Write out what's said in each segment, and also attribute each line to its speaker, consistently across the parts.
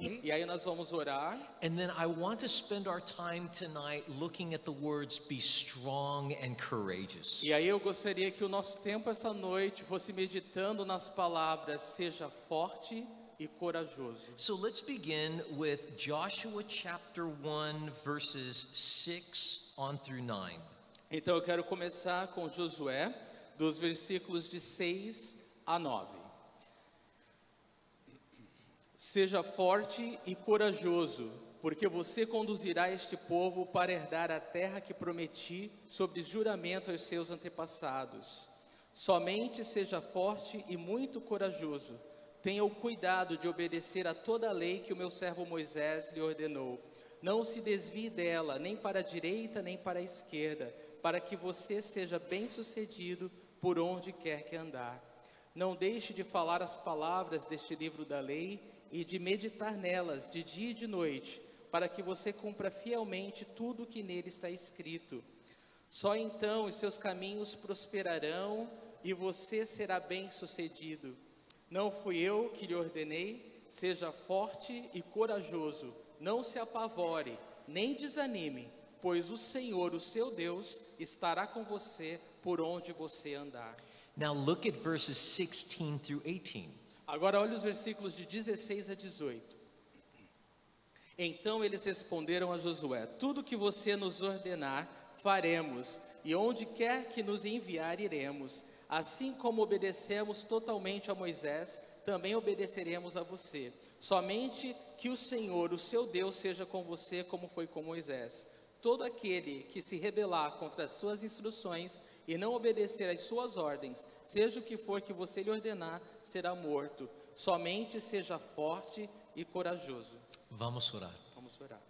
Speaker 1: E,
Speaker 2: e aí nós vamos orar.
Speaker 1: and then I want to spend our time tonight looking at the words be strong and courageous.
Speaker 2: E aí eu gostaria que o nosso tempo essa noite fosse meditando nas palavras seja forte e corajoso.
Speaker 1: So let's begin with Joshua chapter 1, verses 6 on through 9.
Speaker 2: Então eu quero começar com Josué, dos versículos de 6 a 9. Seja forte e corajoso, porque você conduzirá este povo para herdar a terra que prometi sobre juramento aos seus antepassados. Somente seja forte e muito corajoso. Tenha o cuidado de obedecer a toda a lei que o meu servo Moisés lhe ordenou. Não se desvie dela, nem para a direita, nem para a esquerda, para que você seja bem-sucedido por onde quer que andar. Não deixe de falar as palavras deste livro da lei e de meditar nelas de dia e de noite, para que você cumpra fielmente tudo o que nele está escrito. Só então os seus caminhos prosperarão e você será bem-sucedido. Não fui eu que lhe ordenei, seja forte e corajoso, não se apavore, nem desanime, pois o Senhor, o seu Deus, estará com você por onde você andar.
Speaker 1: Now look at verses 16 through 18.
Speaker 2: Agora olhe os versículos de 16 a 18. Então eles responderam a Josué: Tudo que você nos ordenar, faremos, e onde quer que nos enviar, iremos. Assim como obedecemos totalmente a Moisés, também obedeceremos a você. Somente que o Senhor, o seu Deus, seja com você, como foi com Moisés. Todo aquele que se rebelar contra as suas instruções e não obedecer às suas ordens, seja o que for que você lhe ordenar, será morto. Somente seja forte e corajoso.
Speaker 1: Vamos orar.
Speaker 2: Vamos orar.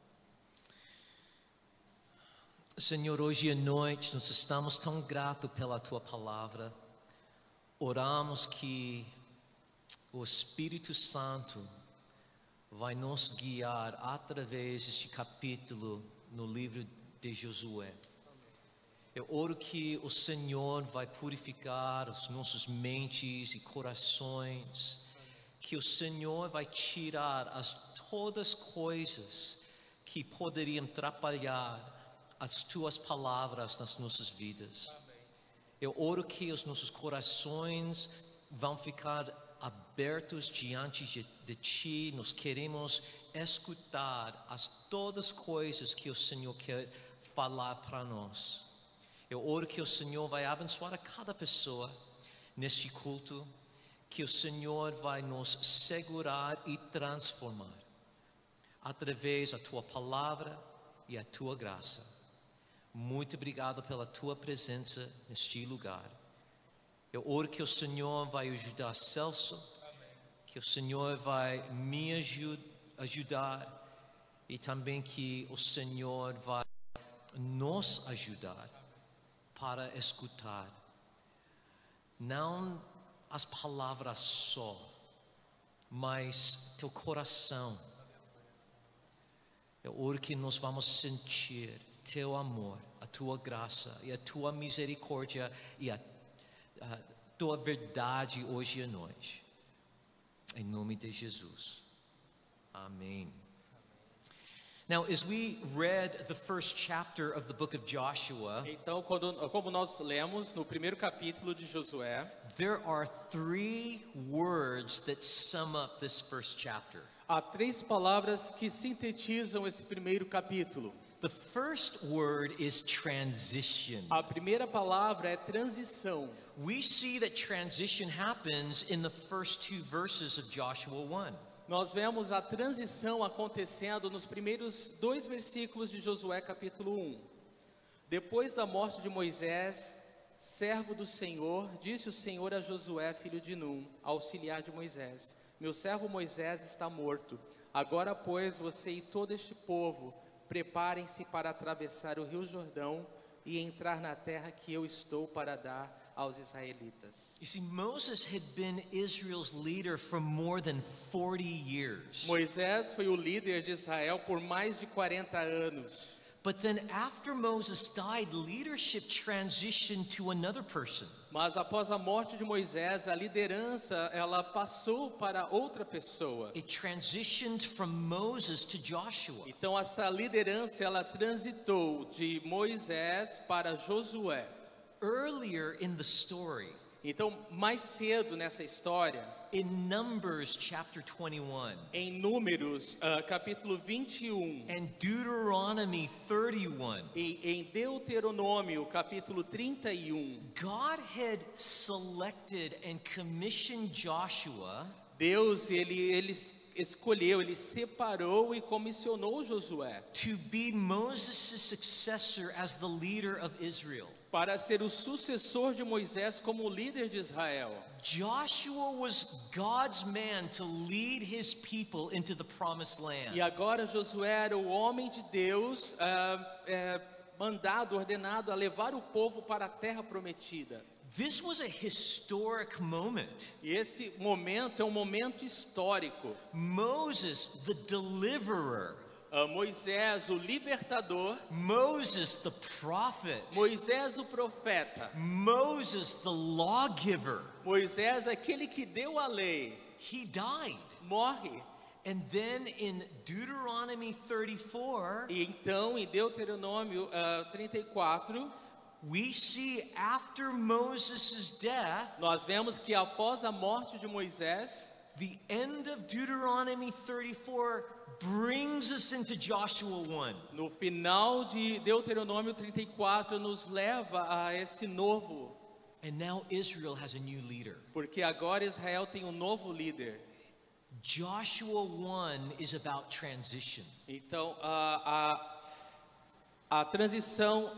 Speaker 1: Senhor, hoje à noite nós estamos tão gratos pela tua palavra. Oramos que o Espírito Santo vai nos guiar através deste capítulo no livro de Josué. Eu oro que o Senhor vai purificar as nossas mentes e corações, que o Senhor vai tirar as todas coisas que poderiam atrapalhar as tuas palavras nas nossas vidas. Eu oro que os nossos corações vão ficar abertos diante de, de ti. Nós queremos escutar as todas as coisas que o Senhor quer falar para nós. Eu oro que o Senhor vai abençoar a cada pessoa neste culto, que o Senhor vai nos segurar e transformar através da tua palavra e a tua graça. Muito obrigado pela tua presença neste lugar. Eu oro que o Senhor vai ajudar Celso, que o Senhor vai me aju- ajudar e também que o Senhor vai nos ajudar para escutar. Não as palavras só, mas teu coração. Eu oro que nós vamos sentir teu amor, a tua graça e a tua misericórdia e a, a tua verdade hoje à noite. Em nome de Jesus. Amém. Now, as we read the first chapter of the book of Joshua,
Speaker 2: Então, quando, como nós lemos no primeiro capítulo de Josué,
Speaker 1: there are three words that sum up this first chapter.
Speaker 2: há três palavras que sintetizam esse primeiro capítulo.
Speaker 1: The first word is transition.
Speaker 2: A primeira palavra é transição.
Speaker 1: We see that transition happens in the first two verses of Joshua 1.
Speaker 2: Nós vemos a transição acontecendo nos primeiros dois versículos de Josué capítulo 1. Depois da morte de Moisés, servo do Senhor, disse o Senhor a Josué, filho de Num, auxiliar de Moisés: Meu servo Moisés está morto. Agora, pois, você e todo este povo, preparem-se para atravessar o rio Jordão e entrar na terra que eu estou para dar aos israelitas.
Speaker 1: You see, Moses had been Israel's leader for more than 40 years.
Speaker 2: Moisés foi o líder de Israel por mais de 40 anos.
Speaker 1: But then after Moses died, leadership transitioned to another person.
Speaker 2: Mas após a morte de Moisés, a liderança ela passou para outra pessoa.
Speaker 1: It transitioned from Moses to Joshua.
Speaker 2: Então essa liderança ela transitou de Moisés para Josué.
Speaker 1: Earlier in the story,
Speaker 2: Então, mais cedo nessa história,
Speaker 1: in Numbers chapter 21
Speaker 2: em Números, ah, capítulo 21,
Speaker 1: and Deuteronomy 31,
Speaker 2: e em Deuteronômio, capítulo 31,
Speaker 1: God had selected and commissioned Joshua
Speaker 2: Deus ele, ele es- escolheu, ele separou e comissionou Josué
Speaker 1: to be Moses' successor as the leader of Israel.
Speaker 2: para ser o sucessor de Moisés como líder de Israel.
Speaker 1: Joshua was God's man to lead his people into the promised land.
Speaker 2: E agora Josué era o homem de Deus, ah, eh, mandado, ordenado a levar o povo para a terra prometida.
Speaker 1: This was a historic moment.
Speaker 2: E esse momento é um momento histórico.
Speaker 1: Moses, the deliverer,
Speaker 2: Ah, Moisés, o libertador,
Speaker 1: Moses, the prophet,
Speaker 2: Moisés, o profeta,
Speaker 1: Moses, the lawgiver,
Speaker 2: Moisés, aquele que deu a lei,
Speaker 1: he died.
Speaker 2: morre.
Speaker 1: And then in Deuteronomy 34,
Speaker 2: E então, em Deuteronômio ah, 34,
Speaker 1: we see after Moses' death,
Speaker 2: nós vemos que após a morte de Moisés,
Speaker 1: the end of Deuteronomy 34 brings us into Joshua 1.
Speaker 2: no final de Deuteronômio 34, nos leva a esse novo,
Speaker 1: And now Israel has a new leader.
Speaker 2: porque agora Israel tem um novo líder.
Speaker 1: Joshua 1 is about transition.
Speaker 2: Então, a, a, a transição.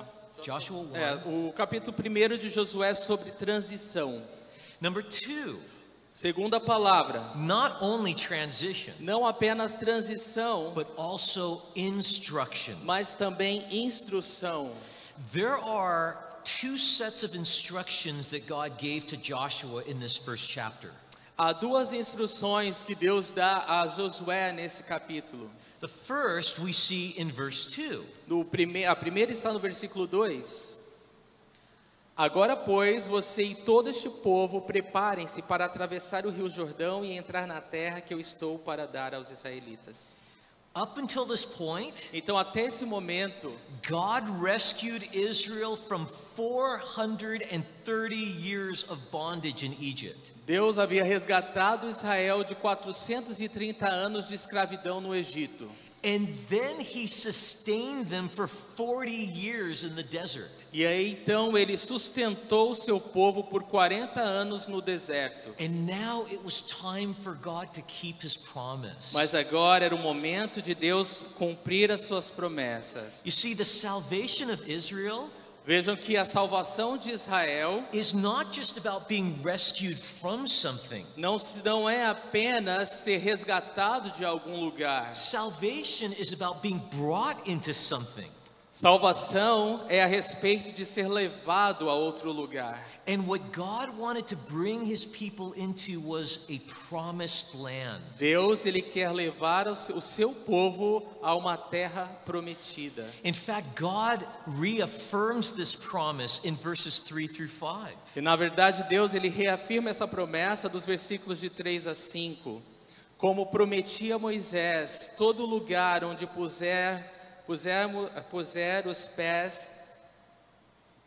Speaker 1: Joshua 1.
Speaker 2: É, o capítulo 1 de Josué é sobre transição.
Speaker 1: Number 2,
Speaker 2: Segunda palavra,
Speaker 1: not only transition,
Speaker 2: não apenas transição,
Speaker 1: but also instruction.
Speaker 2: mas também instrução.
Speaker 1: There are two sets of instructions that God gave to Joshua in this first chapter.
Speaker 2: Há duas instruções que Deus dá a Josué nesse capítulo.
Speaker 1: The first we see in verse 2.
Speaker 2: No prime... A primeira está no versículo 2. Agora, pois, você e todo este povo preparem-se para atravessar o rio Jordão e entrar na terra que eu estou para dar aos israelitas.
Speaker 1: Up until this point,
Speaker 2: Então, até esse momento,
Speaker 1: God rescued Israel from 430 years of bondage in Egypt.
Speaker 2: Deus havia resgatado Israel de 430 anos de escravidão no Egito.
Speaker 1: And then he sustained them for 40 years in the desert.
Speaker 2: E aí então ele sustentou o seu povo por 40 anos no deserto.
Speaker 1: And now it was time for God to keep his promise.
Speaker 2: Mas agora era o momento de Deus cumprir as suas promessas.
Speaker 1: You see, the salvation of Israel
Speaker 2: Vejam que a salvação de Israel
Speaker 1: is not just about being rescued from something,
Speaker 2: não, se- não é apenas ser resgatado de algum lugar.
Speaker 1: salvation is about being brought into something.
Speaker 2: Salvação é a respeito de ser levado a outro lugar.
Speaker 1: And what God wanted to bring his people into was a promised land.
Speaker 2: Deus ele quer levar o seu- o seu povo a uma terra prometida.
Speaker 1: In fact, God reaffirms this promise in verses 3 through 5.
Speaker 2: E na verdade, Deus ele reafirma essa promessa dos versículos de 3 a 5. Como prometia Moisés, todo lugar onde puser, pusermo- puser os pés,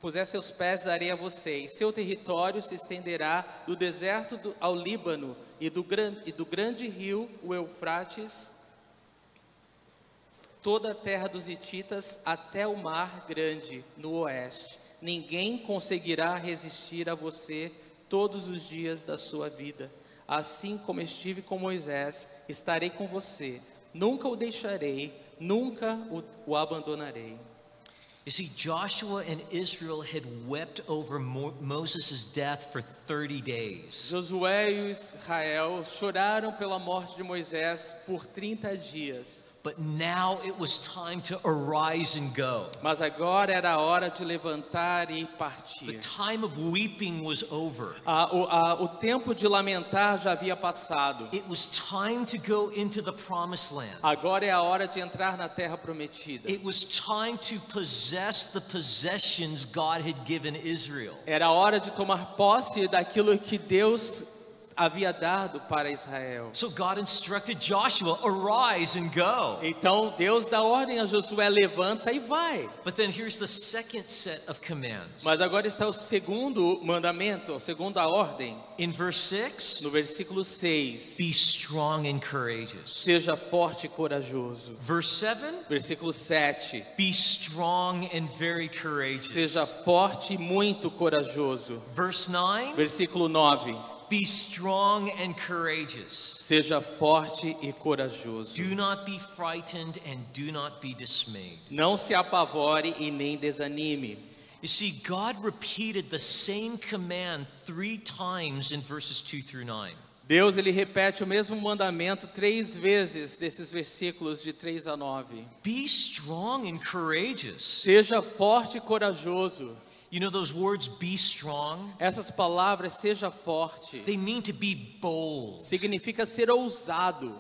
Speaker 2: puser seus pés, darei a vocês. Seu território se estenderá do deserto do- ao Líbano e do, gran, e do grande rio, o Eufrates, toda a terra dos Hititas até o mar grande no oeste. Ninguém conseguirá resistir a você todos os dias da sua vida. Assim como estive com Moisés, estarei com você. Nunca o deixarei, nunca o, o abandonarei.
Speaker 1: You see, Joshua and Israel had wept over Mo- Moses' death for 30 days.
Speaker 2: Josué e Israel choraram pela morte de Moisés por 30 dias.
Speaker 1: But now it was time to arise and go.
Speaker 2: Mas agora era a hora de levantar e
Speaker 1: The
Speaker 2: partir.
Speaker 1: time of weeping was over.
Speaker 2: Ah, o, ah, o tempo de lamentar já havia passado.
Speaker 1: It was time to go into the promised land.
Speaker 2: Agora é a hora de entrar na terra prometida.
Speaker 1: It was time to possess the possessions God had given Israel.
Speaker 2: Era a hora de tomar posse daquilo que Deus havia dado para Israel.
Speaker 1: So God instructed Joshua, arise and go.
Speaker 2: Então Deus dá ordem a Josué: levanta e vai.
Speaker 1: But then here's the second set of commands.
Speaker 2: Mas agora está o segundo mandamento, a segunda ordem,
Speaker 1: In verse 6,
Speaker 2: no versículo 6.
Speaker 1: be strong and courageous.
Speaker 2: Seja forte e corajoso.
Speaker 1: Verse 7,
Speaker 2: Versículo 7.
Speaker 1: be strong and very courageous.
Speaker 2: Seja forte e muito corajoso.
Speaker 1: Verse 9,
Speaker 2: Versículo 9.
Speaker 1: be strong and courageous.
Speaker 2: Seja forte e corajoso.
Speaker 1: Do not be frightened and do not be dismayed.
Speaker 2: Não se apavore e nem desanime.
Speaker 1: You see, God repeated the same command three times in verses 2 through 9.
Speaker 2: Deus ele repete o mesmo mandamento três vezes nesses versículos de 3 a 9.
Speaker 1: Be strong and courageous.
Speaker 2: Seja forte e corajoso.
Speaker 1: You know, those words, be strong,
Speaker 2: Essas palavras seja forte
Speaker 1: they mean to be bold,
Speaker 2: significa ser ousado,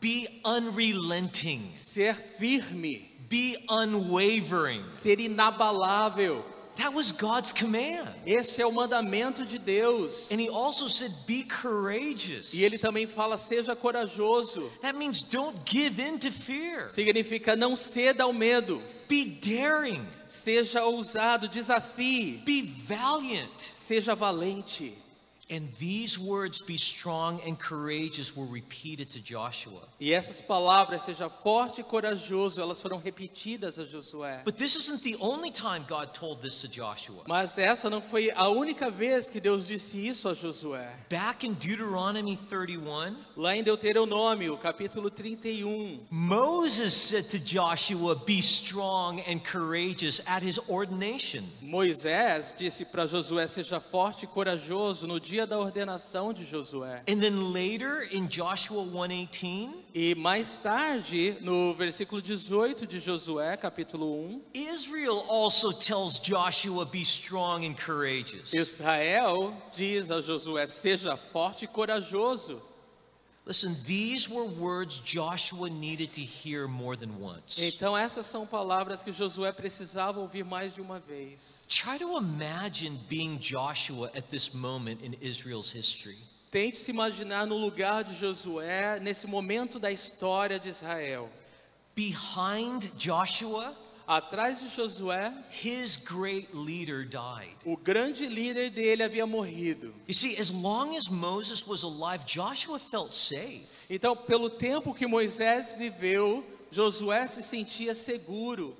Speaker 1: be unrelenting,
Speaker 2: ser firme,
Speaker 1: be unwavering.
Speaker 2: ser inabalável.
Speaker 1: That was God's command.
Speaker 2: Este é o mandamento de Deus.
Speaker 1: And He also said, be courageous.
Speaker 2: E ele também fala seja corajoso.
Speaker 1: That means don't give in to fear,
Speaker 2: Significa não ceda ao medo,
Speaker 1: be daring,
Speaker 2: seja ousado, desafie,
Speaker 1: be valiant.
Speaker 2: seja valente.
Speaker 1: And these words, be strong and courageous, were repeated to Joshua.
Speaker 2: E essas palavras, seja forte e corajoso, elas foram repetidas a Josué.
Speaker 1: But this isn't the only time God told this to Joshua.
Speaker 2: Mas essa não foi a única vez que Deus disse isso a Josué.
Speaker 1: Back in Deuteronomy 31,
Speaker 2: Lá em Deuteronômio, capítulo 31,
Speaker 1: Moses said to Joshua, Be strong and courageous at his ordination.
Speaker 2: Moisés disse para Josué: seja forte e corajoso no dia da ordenação de Josué.
Speaker 1: And then later in Joshua 1:18,
Speaker 2: E mais tarde, no versículo 18 de Josué, capítulo 1,
Speaker 1: Israel also tells Joshua, Be strong and courageous.
Speaker 2: Israel diz a Josué: seja forte e corajoso.
Speaker 1: Listen, these were words Joshua needed to hear more than once.
Speaker 2: Então essas são palavras que Josué precisava ouvir mais de uma vez.
Speaker 1: Try to imagine being Joshua at this moment in Israel's history.
Speaker 2: Tente se imaginar no lugar de Josué nesse momento da história de Israel.
Speaker 1: Behind Joshua,
Speaker 2: Atrás de Josué,
Speaker 1: his great leader died.
Speaker 2: o grande líder dele havia morrido.
Speaker 1: You see, as long as Moses was alive, Joshua felt safe.
Speaker 2: Então, pelo tempo que Moisés viveu, Josué se sentia seguro.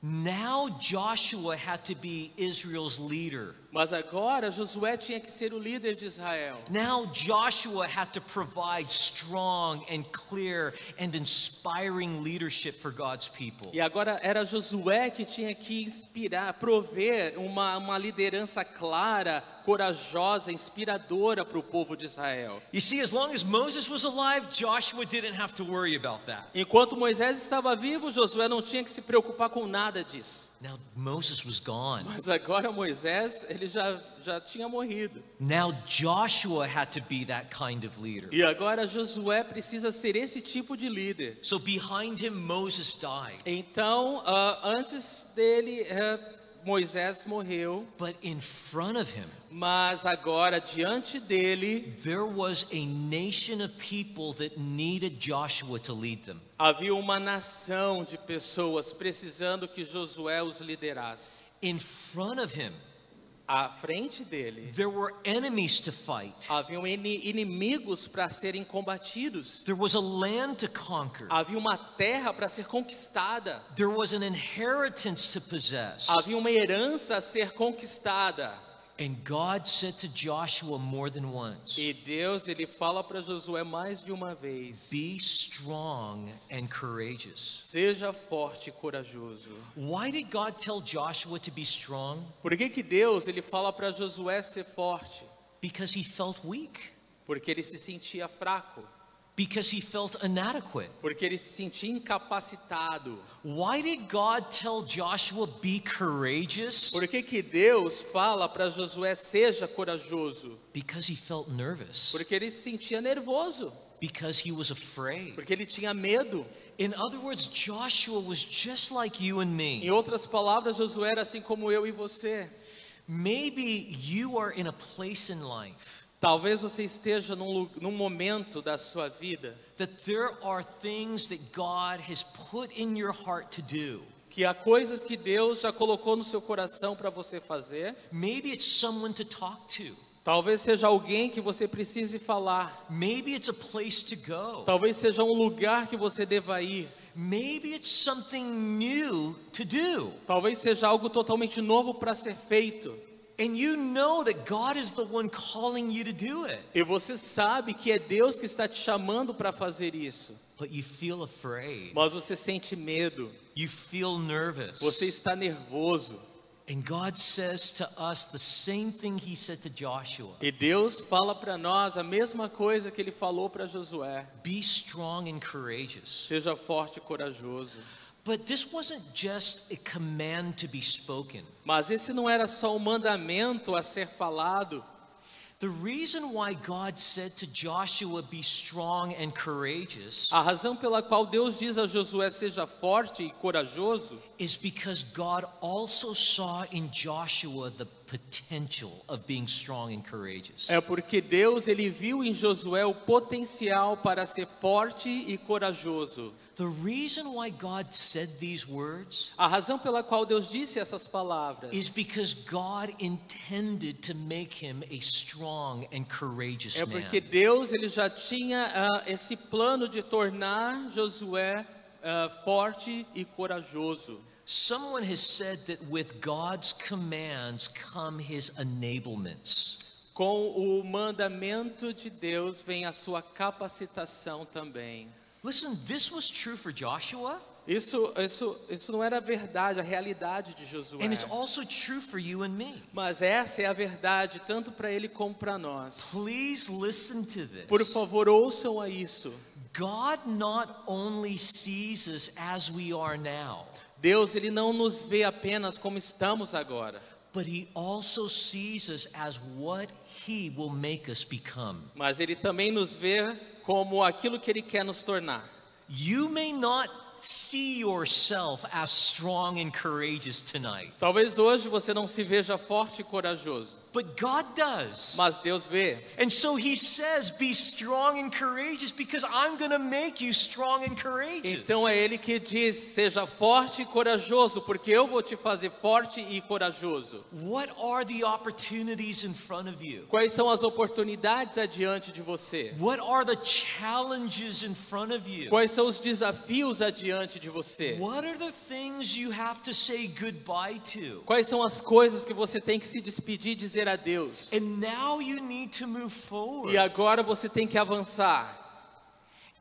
Speaker 1: Now Joshua had to be Israel's leader.
Speaker 2: Mas agora Josué tinha que ser o líder de Israel.
Speaker 1: Now Joshua had to provide strong and clear and inspiring leadership for God's people.
Speaker 2: E agora era Josué que tinha que inspirar, prover uma, uma liderança clara, corajosa, inspiradora para o povo de Israel.
Speaker 1: You see, as long as Moses was alive, Joshua didn't have to worry about that.
Speaker 2: Enquanto Moisés estava vivo, Josué não tinha que se preocupar com nada disso.
Speaker 1: Now Moses was gone.
Speaker 2: Mas agora Moisés, ele já, já tinha morrido.
Speaker 1: Now Joshua had to be that kind of leader.
Speaker 2: E agora Josué precisa ser esse tipo de líder.
Speaker 1: So behind him, Moses died.
Speaker 2: Então, ah, antes dele, eh, Moisés morreu,
Speaker 1: But in front of him,
Speaker 2: mas agora diante dele
Speaker 1: there was a nation of people that needed Joshua to lead them.
Speaker 2: havia uma nação de pessoas precisando que Josué os liderasse.
Speaker 1: In front of him,
Speaker 2: À frente dele
Speaker 1: there were enemies to fight,
Speaker 2: haviam ini- inimigos para serem combatidos.
Speaker 1: there was a land to conquer,
Speaker 2: Havia uma terra para ser conquistada.
Speaker 1: there was an inheritance to possess.
Speaker 2: Havia uma herança a ser conquistada.
Speaker 1: And God said to Joshua more than once
Speaker 2: E Deus, ele fala para Josué mais de uma vez:
Speaker 1: Be strong and courageous.
Speaker 2: seja forte e corajoso.
Speaker 1: Why did God tell Joshua to be strong?
Speaker 2: Por que, que Deus ele fala para Josué ser forte?
Speaker 1: Because he felt weak.
Speaker 2: Porque ele se sentia fraco.
Speaker 1: because he felt inadequate.
Speaker 2: porque ele se sentia incapacitado.
Speaker 1: Why did God tell Joshua, be courageous?
Speaker 2: Por que, que Deus fala para Josué seja corajoso?
Speaker 1: Because he felt nervous,
Speaker 2: Porque ele se sentia nervoso,
Speaker 1: because he was afraid.
Speaker 2: porque ele tinha medo.
Speaker 1: In other words, Joshua was just like you and
Speaker 2: Em
Speaker 1: me.
Speaker 2: outras palavras, Josué era assim como eu e você.
Speaker 1: Maybe you are in a place in life
Speaker 2: Talvez você esteja num, lu- num momento da sua vida
Speaker 1: that there are things that God has put in your heart to do.
Speaker 2: que há coisas que Deus já colocou no seu coração para você fazer.
Speaker 1: Maybe it's someone to talk to.
Speaker 2: Talvez seja alguém que você precise falar.
Speaker 1: Maybe it's a place to go.
Speaker 2: Talvez seja um lugar que você deva ir.
Speaker 1: Maybe it's something new to do.
Speaker 2: Talvez seja algo totalmente novo para ser feito.
Speaker 1: And you know that God is the one calling you to do it,
Speaker 2: E você sabe que é Deus que está te chamando para fazer isso,
Speaker 1: but you feel afraid.
Speaker 2: mas você sente medo,
Speaker 1: You feel
Speaker 2: você
Speaker 1: nervous.
Speaker 2: está nervoso.
Speaker 1: And God says to us the same thing He said to Joshua
Speaker 2: E Deus fala para nós a mesma coisa que ele falou para Josué:
Speaker 1: Be strong and courageous.
Speaker 2: seja forte e corajoso.
Speaker 1: But this wasn't just a command to be spoken.
Speaker 2: Mas esse não era só um mandamento a ser falado.
Speaker 1: The reason why God said to Joshua, Be strong and courageous,
Speaker 2: A razão pela qual Deus diz a Josué: seja forte e corajoso,
Speaker 1: is because God also saw in Joshua the potential of being strong and courageous.
Speaker 2: é porque Deus ele viu em Josué o potencial para ser forte e corajoso.
Speaker 1: The reason why God said these words
Speaker 2: A razão pela qual Deus disse essas palavras
Speaker 1: is because God intended to make him a strong and courageous
Speaker 2: É porque
Speaker 1: man.
Speaker 2: Deus ele já tinha ah, esse plano de tornar Josué ah, forte e corajoso.
Speaker 1: Someone has said that with God's commands come his enablements.
Speaker 2: Com o mandamento de Deus vem a sua capacitação também.
Speaker 1: Listen, this was true for Joshua,
Speaker 2: Isso, isso, isso não era a verdade, a realidade de Josué.
Speaker 1: and it's also true for you and me.
Speaker 2: Mas essa é a verdade tanto para ele como para nós.
Speaker 1: Please listen to
Speaker 2: Por
Speaker 1: this.
Speaker 2: favor, ouçam a isso.
Speaker 1: God not only sees us as we are now,
Speaker 2: Deus ele não nos vê apenas como estamos agora,
Speaker 1: but he also sees us as what he will make us become.
Speaker 2: mas ele também nos vê como aquilo que ele quer nos tornar.
Speaker 1: You may not see yourself as strong and courageous tonight,
Speaker 2: Talvez hoje você não se veja forte e corajoso,
Speaker 1: but God does.
Speaker 2: mas Deus vê.
Speaker 1: And so he says, Be strong and courageous because I'm going to make you strong and courageous.
Speaker 2: Então é Ele que diz: seja forte e corajoso, porque eu vou te fazer forte e corajoso.
Speaker 1: What are the opportunities in front of you?
Speaker 2: Quais são as oportunidades adiante de você?
Speaker 1: What are the challenges in front of you?
Speaker 2: Quais são os desafios adiante de você?
Speaker 1: What are the things you have to say goodbye to?
Speaker 2: Quais são as coisas que você tem que se despedir e dizer adeus?
Speaker 1: And now you need to move forward.
Speaker 2: E agora você tem que avançar.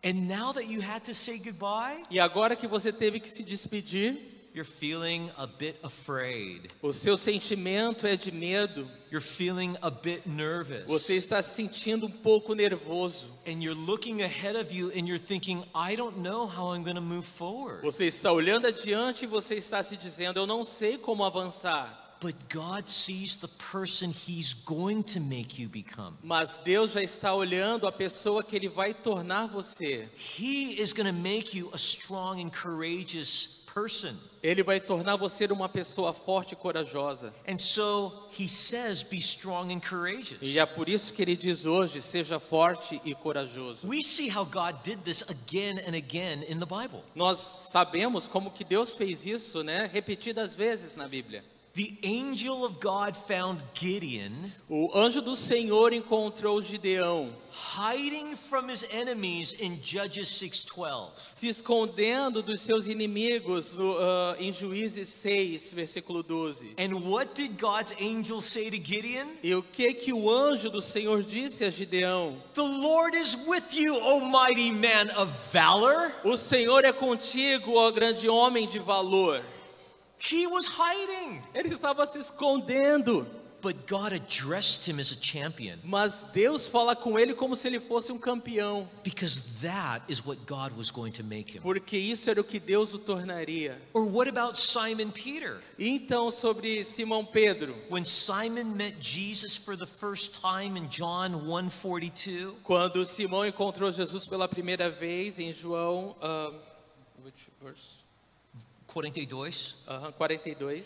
Speaker 1: And now that you had to say goodbye,
Speaker 2: E agora que você teve que se despedir,
Speaker 1: you're feeling a bit afraid.
Speaker 2: o seu sentimento é de medo,
Speaker 1: You're feeling a bit nervous.
Speaker 2: você está se sentindo um pouco nervoso.
Speaker 1: and you're looking ahead of you and you're thinking, I don't know how I'm going to move forward.
Speaker 2: Você está olhando adiante e você está se dizendo: Eu não sei como avançar.
Speaker 1: but God sees the person He's going to make you become.
Speaker 2: Mas Deus já está olhando a pessoa que Ele vai tornar você.
Speaker 1: He is going to make you a strong and courageous person.
Speaker 2: Ele vai tornar você uma pessoa forte e corajosa.
Speaker 1: And so He says, Be strong and courageous.
Speaker 2: E é por isso que Ele diz hoje: Seja forte e corajoso.
Speaker 1: We see how God did this again and again in the Bible.
Speaker 2: Nós sabemos como que Deus fez isso, né? Repetidas vezes na Bíblia.
Speaker 1: The angel of God found Gideon
Speaker 2: O anjo do Senhor encontrou Gideão
Speaker 1: hiding from his enemies in Judges 6:12.
Speaker 2: se escondendo dos seus inimigos no, ah, em Juízes 6, versículo 12.
Speaker 1: And what did God's angel say to Gideon?
Speaker 2: E o que que o anjo do Senhor disse a Gideão?
Speaker 1: The Lord is with you, O mighty man of valor.
Speaker 2: O Senhor é contigo, ó grande homem de valor.
Speaker 1: He was hiding,
Speaker 2: Ele estava se escondendo,
Speaker 1: But God addressed him as a champion
Speaker 2: Mas Deus fala com ele como se ele fosse um campeão,
Speaker 1: because that is what God was going to make him.
Speaker 2: porque isso era o que Deus o tornaria.
Speaker 1: Or what about Simon Peter?
Speaker 2: E então, sobre Simão Pedro,
Speaker 1: When Simon met Jesus for the first time in John 1:42,
Speaker 2: quando Simão encontrou Jesus pela primeira vez em João ah, which verse?
Speaker 1: 42,
Speaker 2: Aham, 42,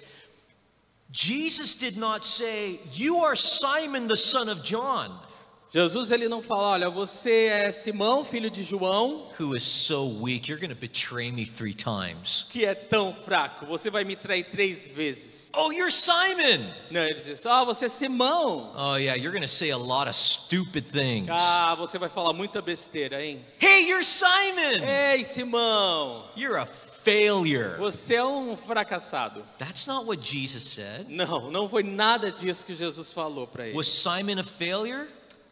Speaker 1: Jesus did not say, "You are Simon the son of John,"
Speaker 2: Jesus ele não fala, olha, você é Simão, filho de João,
Speaker 1: who is so weak, you're going to betray me 3 times.
Speaker 2: que é tão fraco, você vai me trair três vezes.
Speaker 1: Oh, you're Simon.
Speaker 2: Não, ele diz, ah, você é Simão.
Speaker 1: Oh yeah, you're going to say a lot of stupid things.
Speaker 2: Ah, você vai falar muita besteira, hein?
Speaker 1: Hey, you're Simon.
Speaker 2: Ei, Simão,
Speaker 1: You're a failure.
Speaker 2: você é um fracassado.
Speaker 1: That's not what Jesus said.
Speaker 2: Não, não foi nada disso que Jesus falou para ele.
Speaker 1: Was Simon a failure?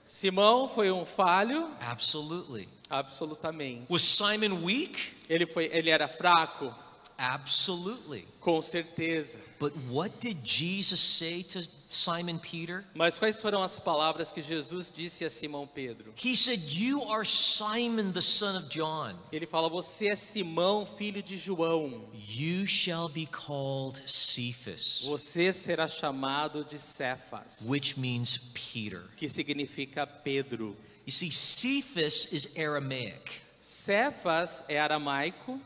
Speaker 2: Simão foi um falho,
Speaker 1: Absolutely.
Speaker 2: absolutamente.
Speaker 1: Was Simon weak?
Speaker 2: Ele foi, ele era fraco,
Speaker 1: Absolutely.
Speaker 2: com certeza.
Speaker 1: But what did Jesus say to Simon Peter?
Speaker 2: Mas quais foram as palavras que Jesus disse a Simão Pedro?
Speaker 1: He said, You are Simon, the son of John.
Speaker 2: Ele fala: "Você é Simão, filho de João.
Speaker 1: You shall be called Cephas,
Speaker 2: Você será chamado de Cefas,
Speaker 1: which means Peter.
Speaker 2: que significa Pedro.
Speaker 1: You see, Cephas is Aramaic,
Speaker 2: Cefas é aramaico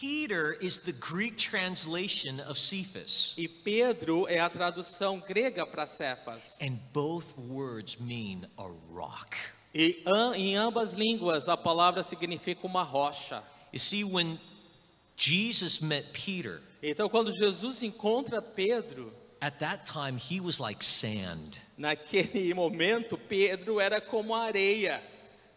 Speaker 1: Peter is the Greek translation of Cephas.
Speaker 2: e Pedro é a tradução grega para Cefas.
Speaker 1: And both words mean a rock.
Speaker 2: E am- em ambas línguas a palavra significa uma rocha.
Speaker 1: You see, when Jesus met Peter,
Speaker 2: Então quando Jesus encontra Pedro,
Speaker 1: at that time he was like sand.
Speaker 2: naquele momento Pedro era como areia,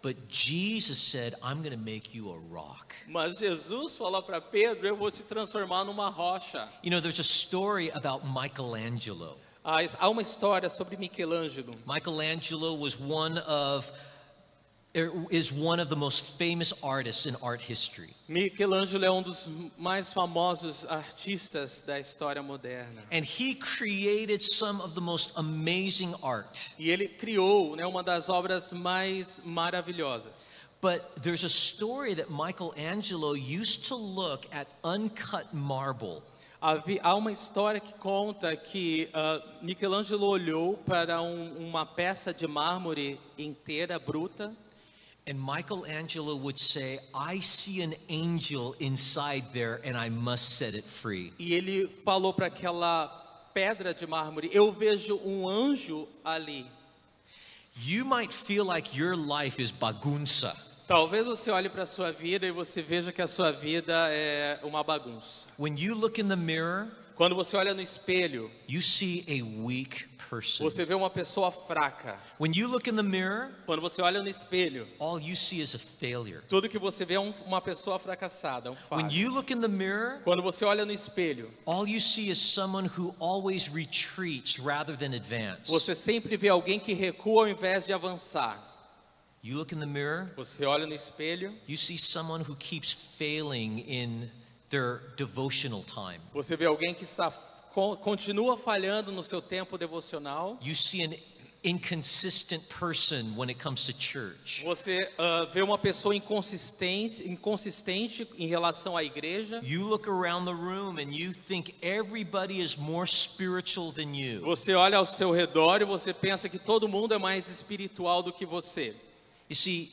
Speaker 1: But Jesus said, I'm going to make you a rock.
Speaker 2: mas Jesus fala para Pedro: "Eu vou te transformar numa rocha".
Speaker 1: You know, there's a story about Michelangelo.
Speaker 2: Há Ah, há uma história sobre Michelangelo.
Speaker 1: Michelangelo was one of er, is one of the most famous artists in art history.
Speaker 2: Michelangelo é um dos mais famosos artistas da história moderna.
Speaker 1: And he created some of the most amazing art.
Speaker 2: E ele criou né, uma das obras mais maravilhosas.
Speaker 1: But there's a story that Michelangelo used to look at uncut marble
Speaker 2: Havi- Há uma história que conta que ah, Michelangelo olhou para um- uma peça de mármore inteira, bruta,
Speaker 1: and Michelangelo would say, "I see an angel inside there and I must set it free."
Speaker 2: e ele falou para aquela pedra de mármore: Eu vejo um anjo ali.
Speaker 1: You might feel like your life is bagunça.
Speaker 2: Talvez você olhe para a sua vida e você veja que a sua vida é uma bagunça.
Speaker 1: When you look in the mirror,
Speaker 2: Quando você olha no espelho,
Speaker 1: you see a weak person.
Speaker 2: você vê uma pessoa fraca.
Speaker 1: When you look in the mirror,
Speaker 2: Quando você olha no espelho,
Speaker 1: all you see is a failure.
Speaker 2: tudo que você vê é um- uma pessoa fracassada, um
Speaker 1: When
Speaker 2: falho.
Speaker 1: you look in the mirror,
Speaker 2: Quando você olha no espelho,
Speaker 1: all you see is someone who always retreats rather than advance.
Speaker 2: você sempre vê alguém que recua ao invés de avançar.
Speaker 1: You look in the mirror,
Speaker 2: Você olha no espelho,
Speaker 1: you see someone who keeps failing in their devotional time.
Speaker 2: você vê alguém que está con- continua falhando no seu tempo devocional.
Speaker 1: You see an inconsistent person when it comes to church.
Speaker 2: Você ah, vê uma pessoa inconsistente, inconsistente em relação à igreja.
Speaker 1: You look around the room and you think everybody is more spiritual than you.
Speaker 2: Você olha ao seu redor e você pensa que todo mundo é mais espiritual do que você.
Speaker 1: You see,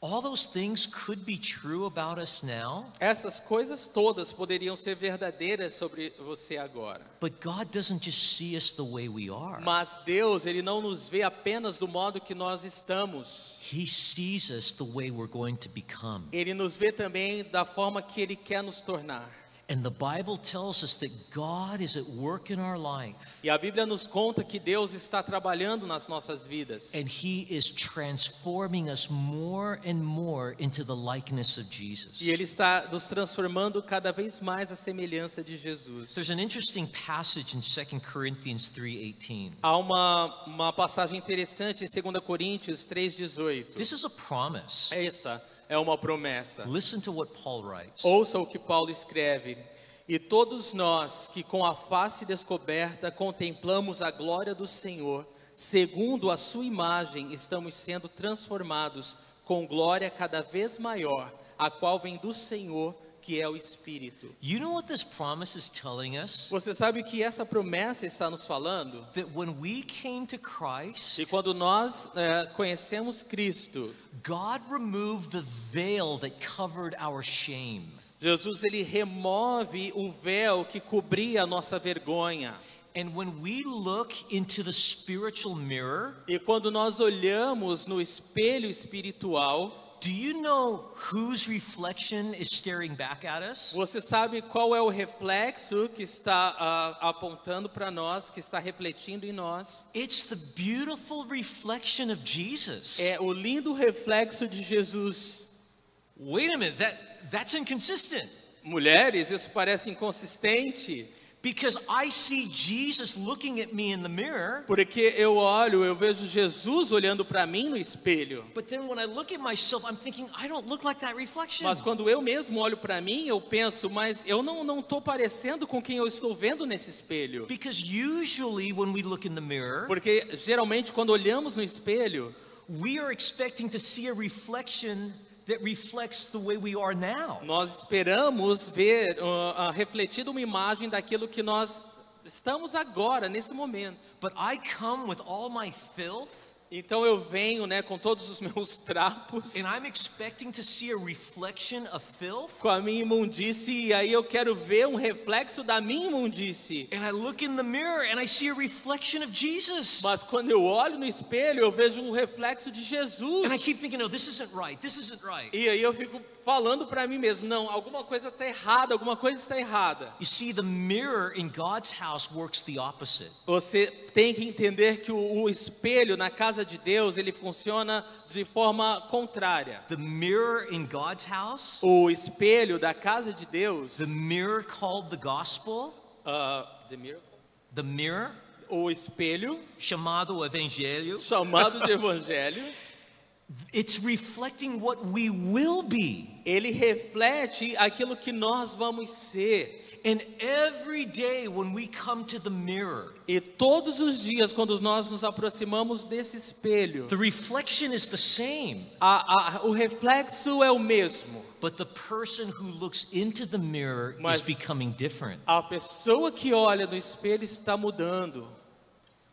Speaker 1: all those things could be true about us now.
Speaker 2: Estas coisas todas poderiam ser verdadeiras sobre você agora.
Speaker 1: But God doesn't just see us the way we are.
Speaker 2: Mas Deus, ele não nos vê apenas do modo que nós estamos.
Speaker 1: He sees us the way we're going to become.
Speaker 2: Ele nos vê também da forma que ele quer nos tornar.
Speaker 1: And the Bible tells us that God is at work in our life
Speaker 2: E a Bíblia nos conta que Deus está trabalhando nas nossas vidas
Speaker 1: and he is transforming us more and more into the likeness of Jesus.
Speaker 2: e ele está nos transformando cada vez mais à semelhança de Jesus.
Speaker 1: There's an interesting passage in 2 Corinthians 3:18.
Speaker 2: Há uma, uma passagem interessante em 2 Coríntios 3,18.
Speaker 1: This is a promise.
Speaker 2: Essa é uma promessa. Oh.
Speaker 1: Listen to what Paul writes.
Speaker 2: Ouça o que Paulo escreve: E todos nós que com a face descoberta contemplamos a glória do Senhor, segundo a sua imagem, estamos sendo transformados com glória cada vez maior, a qual vem do Senhor, que é o Espírito.
Speaker 1: You know what this promise is telling us?
Speaker 2: Você sabe o que essa promessa está nos falando?
Speaker 1: That when we came to Christ,
Speaker 2: E quando nós eh, conhecemos Cristo,
Speaker 1: God removed the veil that covered our shame.
Speaker 2: Jesus ele remove o véu que cobria a nossa vergonha.
Speaker 1: And when we look into the spiritual mirror,
Speaker 2: E quando nós olhamos no espelho espiritual,
Speaker 1: do you know whose reflection is staring back at us?
Speaker 2: você sabe qual é o reflexo que está ah, apontando para nós, que está refletindo em nós?
Speaker 1: It's the beautiful reflection of Jesus.
Speaker 2: É o lindo reflexo de Jesus.
Speaker 1: Wait a minute, that, that's inconsistent
Speaker 2: Mulheres, isso parece inconsistente,
Speaker 1: because I see Jesus looking at me in the mirror,
Speaker 2: porque eu olho, eu vejo Jesus olhando para mim no espelho.
Speaker 1: but then when I look at myself, I'm thinking, I don't look like that reflection.
Speaker 2: Mas quando eu mesmo olho para mim, eu penso, mas eu não não estou parecendo com quem eu estou vendo nesse espelho.
Speaker 1: Because usually when we look in the mirror,
Speaker 2: Porque geralmente quando olhamos no espelho,
Speaker 1: we are expecting to see a reflection that reflects the way we are now.
Speaker 2: nós esperamos ver ah, ah, refletida uma imagem daquilo que nós estamos agora nesse momento.
Speaker 1: But I come with all my filth
Speaker 2: Então eu venho, né, com todos os meus trapos,
Speaker 1: and I'm expecting to see a reflection of filth.
Speaker 2: com a minha imundície, e aí eu quero ver um reflexo da minha imundície.
Speaker 1: And I look in the mirror and I see a reflection of Jesus.
Speaker 2: Mas quando eu olho no espelho, eu vejo um reflexo de Jesus.
Speaker 1: And I keep thinking, no, this isn't right. This isn't right.
Speaker 2: E aí eu fico falando para mim mesmo, não, alguma coisa está errada, alguma coisa está errada.
Speaker 1: You see, the mirror in God's house works the opposite.
Speaker 2: Você tem que entender que o, o espelho na casa de Deus, ele funciona de forma contrária.
Speaker 1: The mirror in God's house,
Speaker 2: O espelho da casa de Deus,
Speaker 1: the mirror called the gospel,
Speaker 2: ah, the miracle?
Speaker 1: the mirror,
Speaker 2: o espelho
Speaker 1: chamado evangelho,
Speaker 2: chamado de evangelho,
Speaker 1: it's reflecting what we will be.
Speaker 2: ele reflete aquilo que nós vamos ser.
Speaker 1: And every day when we come to the mirror,
Speaker 2: E todos os dias, quando nós nos aproximamos desse espelho,
Speaker 1: the reflection is the same.
Speaker 2: a- a- o reflexo é o mesmo.
Speaker 1: But the person who looks into the mirror
Speaker 2: Mas-
Speaker 1: is becoming different.
Speaker 2: A pessoa que olha no espelho está mudando.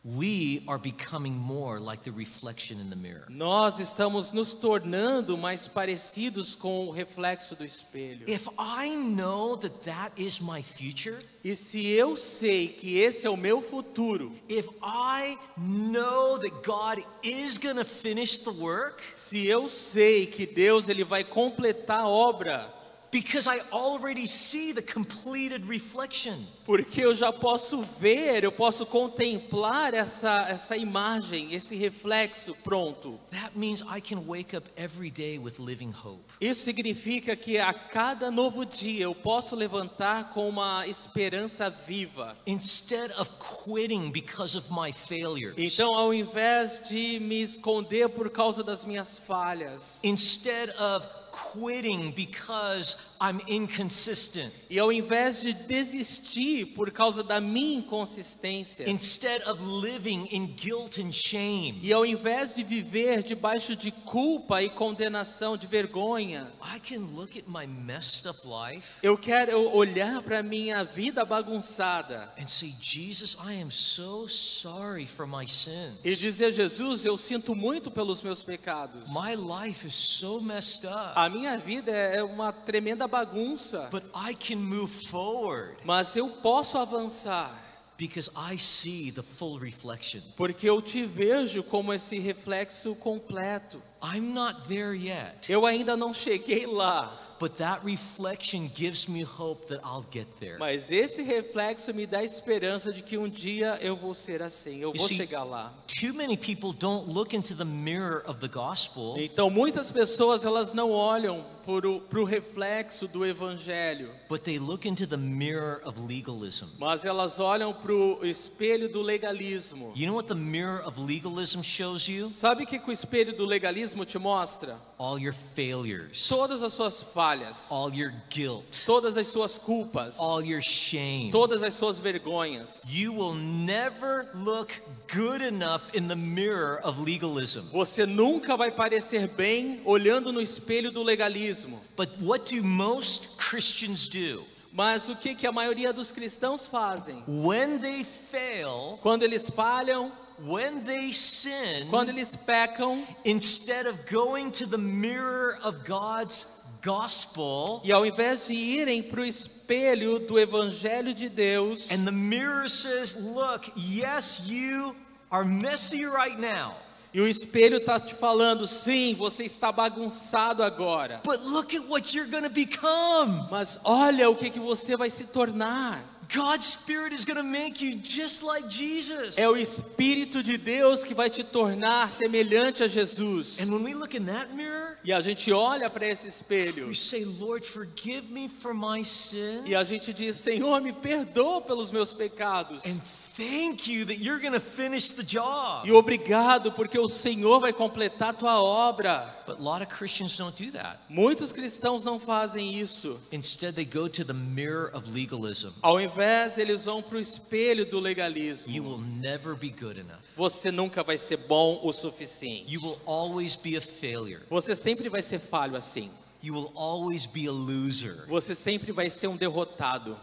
Speaker 1: We are becoming more like the reflection in the mirror.
Speaker 2: Nós estamos nos tornando mais parecidos com o reflexo do espelho.
Speaker 1: If I know that that is my future,
Speaker 2: E se eu sei que esse é o meu futuro,
Speaker 1: if I know that God is going to finish the work
Speaker 2: se eu sei que Deus ele vai completar a obra,
Speaker 1: because I already see the completed reflection,
Speaker 2: porque eu já posso ver, eu posso contemplar essa essa imagem, esse reflexo pronto.
Speaker 1: that means I can wake up every day with living hope.
Speaker 2: Isso significa que a cada novo dia eu posso levantar com uma esperança viva.
Speaker 1: Instead of quitting because of my failures,
Speaker 2: Então, ao invés de me esconder por causa das minhas falhas,
Speaker 1: instead of quitting because I'm inconsistent,
Speaker 2: e ao invés de desistir por causa da minha inconsistência,
Speaker 1: instead of living in guilt and shame,
Speaker 2: e ao invés de viver debaixo de culpa e condenação, de vergonha,
Speaker 1: I can look at my messed up life
Speaker 2: eu quero olhar para minha vida bagunçada
Speaker 1: and say, Jesus, I am so sorry for my sins.
Speaker 2: e dizer: Jesus, eu sinto muito pelos meus pecados.
Speaker 1: My life is so messed up,
Speaker 2: A minha vida é uma tremenda bagunça,
Speaker 1: but I can move forward
Speaker 2: mas eu posso avançar.
Speaker 1: because I see the full reflection.
Speaker 2: Porque eu te vejo como esse reflexo completo.
Speaker 1: I'm not there yet,
Speaker 2: Eu ainda não cheguei lá,
Speaker 1: but that reflection gives me hope that I'll get there.
Speaker 2: mas esse reflexo me dá esperança de que um dia eu vou ser assim, eu
Speaker 1: You
Speaker 2: vou
Speaker 1: see-
Speaker 2: chegar lá.
Speaker 1: Too many people don't look into the mirror of the gospel
Speaker 2: Então muitas pessoas elas não olham para o reflexo do Evangelho,
Speaker 1: but they look into the mirror of legalism.
Speaker 2: mas elas olham para o espelho do legalismo.
Speaker 1: You know what the mirror of legalism shows you?
Speaker 2: Sabe o que, que o espelho do legalismo te mostra?
Speaker 1: All your failures,
Speaker 2: Todas as suas falhas,
Speaker 1: all your guilt,
Speaker 2: todas as suas culpas,
Speaker 1: all your shame.
Speaker 2: todas as suas vergonhas.
Speaker 1: You will never look good enough in the mirror of legalism.
Speaker 2: Você nunca vai parecer bem olhando no espelho do legalismo.
Speaker 1: But what do most Christians do?
Speaker 2: Mas o que, que a maioria dos cristãos fazem?
Speaker 1: When they fail,
Speaker 2: Quando eles falham,
Speaker 1: when they sin,
Speaker 2: quando eles pecam,
Speaker 1: instead of going to the mirror of God's gospel,
Speaker 2: e ao invés de irem para o espelho do Evangelho de Deus,
Speaker 1: and the mirror says, Look, yes, you are messy right now,
Speaker 2: e o espelho está te falando, sim, você está bagunçado agora,
Speaker 1: but look at what you're going to become.
Speaker 2: mas olha o que, que você vai se tornar.
Speaker 1: God's Spirit is going to make you just like Jesus.
Speaker 2: É o Espírito de Deus que vai te tornar semelhante a Jesus.
Speaker 1: And when we look in that mirror,
Speaker 2: E a gente olha para esse espelho
Speaker 1: we say, Lord, forgive me for my sins.
Speaker 2: E a gente diz: Senhor, me perdoa pelos meus pecados.
Speaker 1: And thank you that you're going to finish the job.
Speaker 2: E obrigado, porque o Senhor vai completar a tua obra.
Speaker 1: But a lot of Christians don't do that.
Speaker 2: Muitos cristãos não fazem isso.
Speaker 1: Instead, they go to the mirror of legalism.
Speaker 2: Ao invés, eles vão para o espelho do
Speaker 1: You
Speaker 2: legalismo.
Speaker 1: will never be good enough.
Speaker 2: Você nunca vai ser bom o suficiente.
Speaker 1: You will always be a failure.
Speaker 2: Você sempre vai ser falho assim.
Speaker 1: You will always be a loser.
Speaker 2: Você sempre vai ser um derrotado.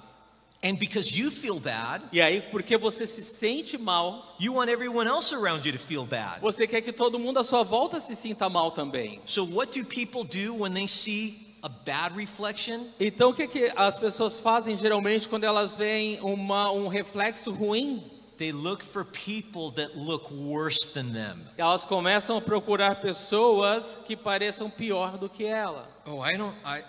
Speaker 1: And because you feel bad,
Speaker 2: E aí, porque você se sente mal,
Speaker 1: you want everyone else around you to feel bad.
Speaker 2: você quer que todo mundo à sua volta se sinta mal também.
Speaker 1: So, what do people do when they see a bad reflection?
Speaker 2: Então o que, que as pessoas fazem geralmente quando elas veem uma, um reflexo ruim?
Speaker 1: They look for people that look worse than them.
Speaker 2: Elas começam a procurar pessoas que pareçam pior do que ela.
Speaker 1: Oh, I don't, I,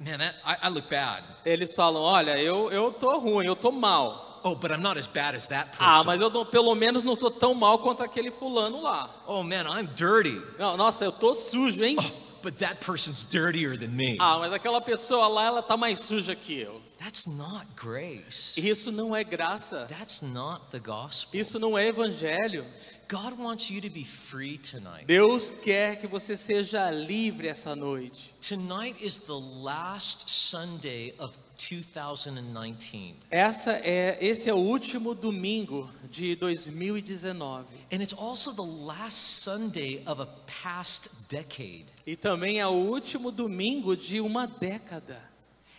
Speaker 1: man, that, I, I look bad.
Speaker 2: Eles falam, olha, eu, eu tô ruim, eu tô mal.
Speaker 1: Oh, but I'm not as bad as that person.
Speaker 2: Ah, mas eu não- pelo menos não tô tão mal quanto aquele fulano lá.
Speaker 1: Oh, man, I'm dirty.
Speaker 2: Não, nossa, eu tô sujo, hein?
Speaker 1: Oh, but that person's dirtier than me.
Speaker 2: Ah, mas aquela pessoa lá, ela tá mais suja que eu.
Speaker 1: That's not grace.
Speaker 2: Isso não é graça.
Speaker 1: That's not the gospel.
Speaker 2: Isso não é evangelho.
Speaker 1: God wants you to be free tonight.
Speaker 2: Deus quer que você seja livre essa noite.
Speaker 1: Tonight is the last Sunday of 2019.
Speaker 2: Essa é, esse é o último domingo de 2019
Speaker 1: And it's also the last Sunday of a past decade.
Speaker 2: e também é o último domingo de uma década.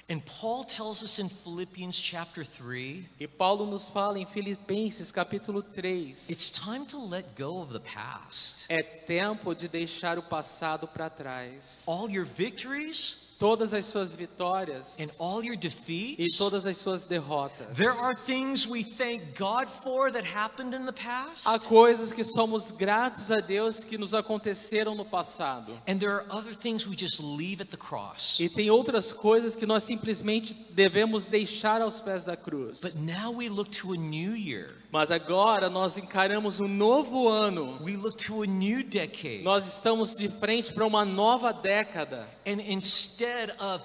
Speaker 1: And Paul tells us in Philippians chapter 3
Speaker 2: E Paulo nos fala em Filipenses capítulo 3:
Speaker 1: it's time to let go of the past.
Speaker 2: é tempo de deixar o passado para trás.
Speaker 1: All your victories
Speaker 2: Todas as suas vitórias
Speaker 1: and all your
Speaker 2: e
Speaker 1: defeats.
Speaker 2: todas as suas derrotas.
Speaker 1: There are things we thank God for that happened in the past,
Speaker 2: Há coisas que somos gratos a Deus que nos aconteceram no passado.
Speaker 1: and there are other things we just leave at the cross.
Speaker 2: E tem outras coisas que nós simplesmente devemos deixar aos pés da cruz.
Speaker 1: But now we look to a new year.
Speaker 2: Mas agora nós encaramos um novo ano.
Speaker 1: We look to a new decade.
Speaker 2: Nós estamos de frente para uma nova década.
Speaker 1: And instead of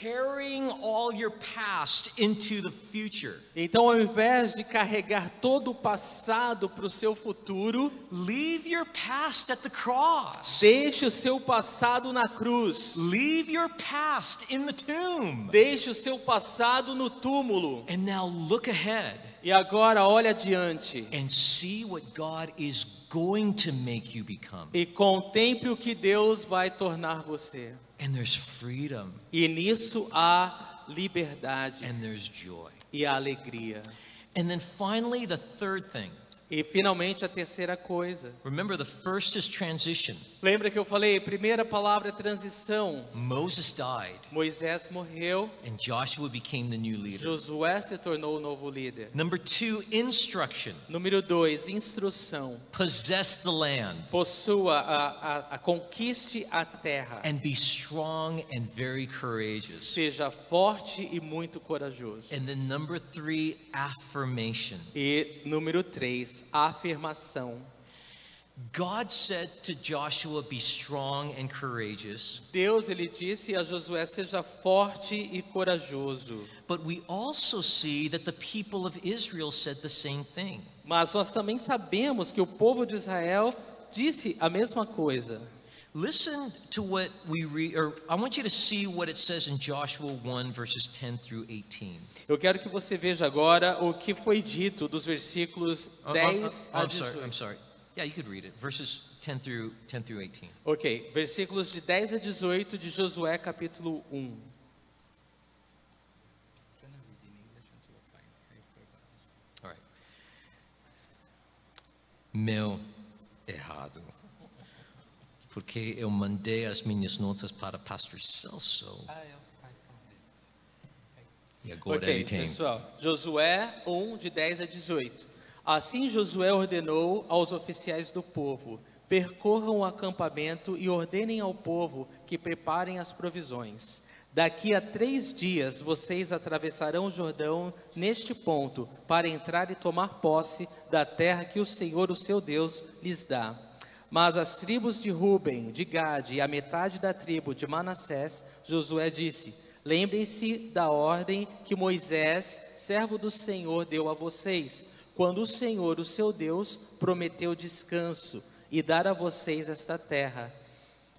Speaker 1: carrying all your past into the future,
Speaker 2: Então, ao invés de carregar todo o passado para o seu futuro,
Speaker 1: leave your past at the cross.
Speaker 2: deixe o seu passado na cruz.
Speaker 1: Leave your past in the tomb.
Speaker 2: Deixe o seu passado no túmulo.
Speaker 1: And now look ahead
Speaker 2: E agora olha adiante
Speaker 1: and see what God is going to make you become.
Speaker 2: e contemple o que Deus vai tornar você.
Speaker 1: And there's freedom
Speaker 2: E nisso há liberdade
Speaker 1: and there's joy.
Speaker 2: e há alegria.
Speaker 1: And then finally, the third thing.
Speaker 2: E finalmente a terceira coisa.
Speaker 1: Remember, the first is transition.
Speaker 2: Lembra que eu falei, primeira palavra é transição.
Speaker 1: Moses died,
Speaker 2: Moisés morreu,
Speaker 1: and Joshua became the new leader.
Speaker 2: Josué se tornou o novo líder.
Speaker 1: Number two, instruction.
Speaker 2: Número dois, instrução.
Speaker 1: Possess the land
Speaker 2: Possua, a, a, a- conquiste a terra.
Speaker 1: and be strong and very courageous.
Speaker 2: Seja forte e muito corajoso.
Speaker 1: And then number three, affirmation.
Speaker 2: E número três, afirmação.
Speaker 1: God said to Joshua, Be strong and courageous.
Speaker 2: Deus ele disse a Josué: seja forte e corajoso.
Speaker 1: But we also see that the people of Israel said the same thing.
Speaker 2: Mas nós também sabemos que o povo de Israel disse a mesma coisa.
Speaker 1: Listen to what we read, or I want you to see what it says in Joshua 1, verses 10 through 18.
Speaker 2: Eu quero que você veja agora o que foi dito dos versículos
Speaker 1: Uh,
Speaker 2: 10
Speaker 1: I'm, I'm
Speaker 2: a
Speaker 1: sorry, I'm
Speaker 2: 18.
Speaker 1: sorry. Yeah, you could read it. Verses 10 through 10 through 18.
Speaker 2: Ok, versículos de 10 a 18 de Josué capítulo 1.
Speaker 1: All right. Meu errado. Porque eu mandei as minhas notas para pastor Celso. E agora ele
Speaker 2: Ok,
Speaker 1: tem.
Speaker 2: pessoal. Josué 1, de 10 a 18. Assim Josué ordenou aos oficiais do povo: percorram o acampamento e ordenem ao povo que preparem as provisões. Daqui a três dias vocês atravessarão o Jordão neste ponto para entrar e tomar posse da terra que o Senhor, o seu Deus, lhes dá. Mas as tribos de Ruben, de Gade e a metade da tribo de Manassés, Josué disse: Lembrem-se da ordem que Moisés, servo do Senhor, deu a vocês, quando o Senhor, o seu Deus, prometeu descanso e dar a vocês esta terra.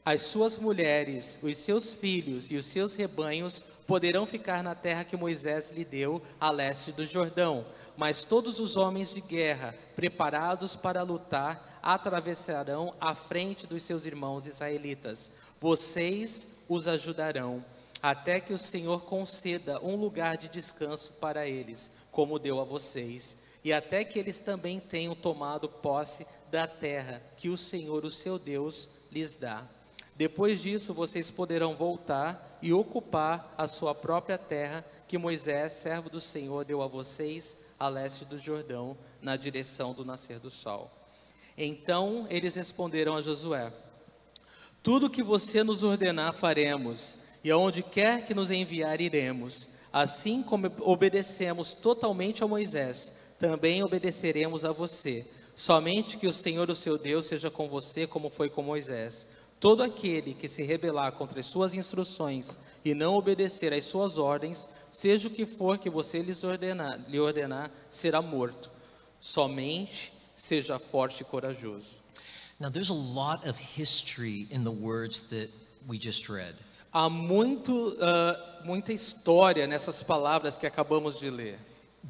Speaker 2: As suas mulheres, os seus filhos e os seus rebanhos poderão ficar na terra que Moisés lhe deu, a leste do Jordão. Mas todos os homens de guerra, preparados para lutar, atravessarão à frente dos seus irmãos israelitas. Vocês os ajudarão, até que o Senhor conceda um lugar de descanso para eles, como deu a vocês e até que eles também tenham tomado posse da terra que o Senhor, o seu Deus, lhes dá. Depois disso, vocês poderão voltar e ocupar a sua própria terra que Moisés, servo do Senhor, deu a vocês a leste do Jordão, na direção do nascer do sol. Então eles responderam a Josué: tudo que você nos ordenar faremos, e aonde quer que nos enviar iremos. Assim como obedecemos totalmente a Moisés, também obedeceremos a você. Somente que o Senhor, o seu Deus, seja com você como foi com Moisés. Todo aquele que se rebelar contra as suas instruções e não obedecer às suas ordens, seja o que for que você lhes ordenar, lhe ordenar, será morto. Somente seja forte e corajoso.
Speaker 1: Now there's a lot of history in the words that we just read.
Speaker 2: Há muito, ah, muita história nessas palavras que acabamos de ler.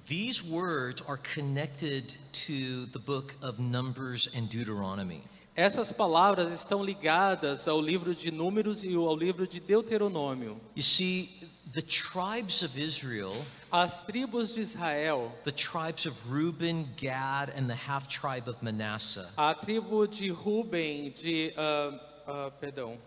Speaker 1: These words are connected to the book of Numbers and Deuteronomy.
Speaker 2: Essas palavras estão ligadas ao livro de Números e ao livro de Deuteronômio.
Speaker 1: You see, the tribes of Israel,
Speaker 2: As tribos de Israel,
Speaker 1: the tribes of Reuben, Gad, and the half tribe of Manasseh,
Speaker 2: a tribo de Ruben, de ah, ah, perdão,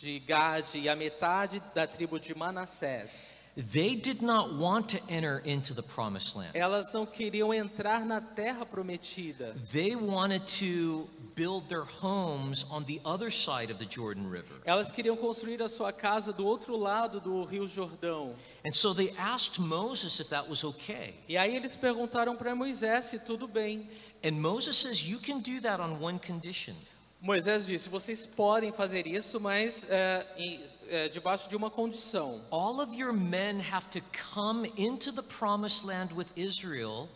Speaker 2: de Gade e a metade da tribo de Manassés,
Speaker 1: they did not want to enter into the promised land.
Speaker 2: elas não queriam entrar na terra prometida.
Speaker 1: They wanted to build their homes on the other side of the Jordan River.
Speaker 2: Elas queriam construir a sua casa do outro lado do Rio Jordão.
Speaker 1: And so they asked Moses if that was okay.
Speaker 2: E aí eles perguntaram para Moisés se tudo bem.
Speaker 1: And Moses says, You can do that on one condition
Speaker 2: Moisés disse: vocês podem fazer isso, mas é, em- é, debaixo de uma condição.
Speaker 1: all of your men have to come into the promised land with Israel,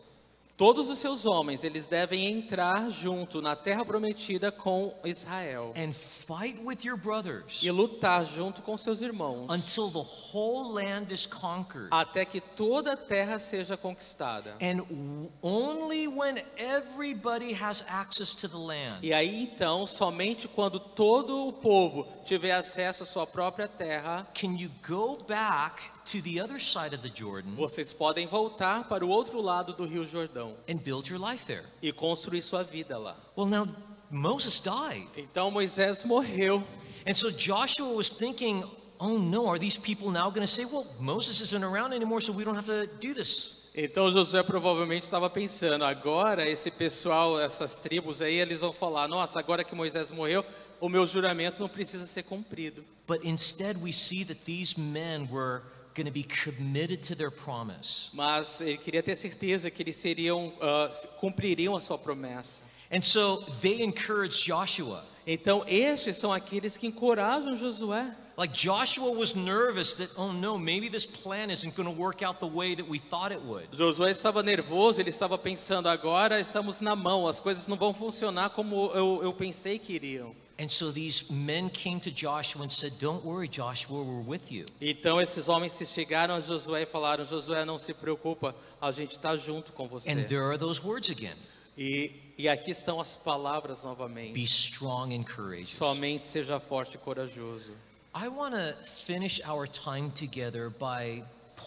Speaker 2: Todos os seus homens, eles devem entrar junto na terra prometida com Israel
Speaker 1: and fight with your brothers
Speaker 2: e lutar junto com seus irmãos
Speaker 1: until the whole land is conquered.
Speaker 2: até que toda a terra seja conquistada.
Speaker 1: And w- only when everybody has access to the land
Speaker 2: E aí então, somente quando todo o povo tiver acesso à sua própria terra,
Speaker 1: can you go back to the other side of the Jordan
Speaker 2: vocês podem voltar para o outro lado do Rio Jordão
Speaker 1: and build your life there.
Speaker 2: e construir sua vida lá.
Speaker 1: Well, now Moses died.
Speaker 2: Então Moisés morreu.
Speaker 1: And so Joshua was thinking, oh no, are these people now going to say, well, Moses isn't around anymore, so we don't have to do this?
Speaker 2: Então Josué provavelmente estava pensando, agora esse pessoal, essas tribos aí, eles vão falar, nossa, agora que Moisés morreu, o meu juramento não precisa ser cumprido.
Speaker 1: But instead, we see that these men were going to be committed to their promise.
Speaker 2: Mas ele queria ter certeza que eles seriam, ah, cumpririam a sua promessa.
Speaker 1: And so they encouraged Joshua.
Speaker 2: Então, estes são aqueles que encorajam Josué.
Speaker 1: Like Joshua was nervous that, oh no, maybe this plan isn't going to work out the way that we thought it would.
Speaker 2: Josué estava nervoso, ele estava pensando: agora estamos na mão, as coisas não vão funcionar como eu, eu pensei que iriam.
Speaker 1: And so these men came to Joshua and said, Don't worry, Joshua, we're with you.
Speaker 2: Então, esses homens se chegaram a Josué e falaram: Josué, não se preocupa, a gente está junto com
Speaker 1: And
Speaker 2: você.
Speaker 1: there are those words again
Speaker 2: E, e aqui estão as palavras novamente:
Speaker 1: be strong and courageous.
Speaker 2: somente seja forte e corajoso.
Speaker 1: I want to finish our time together by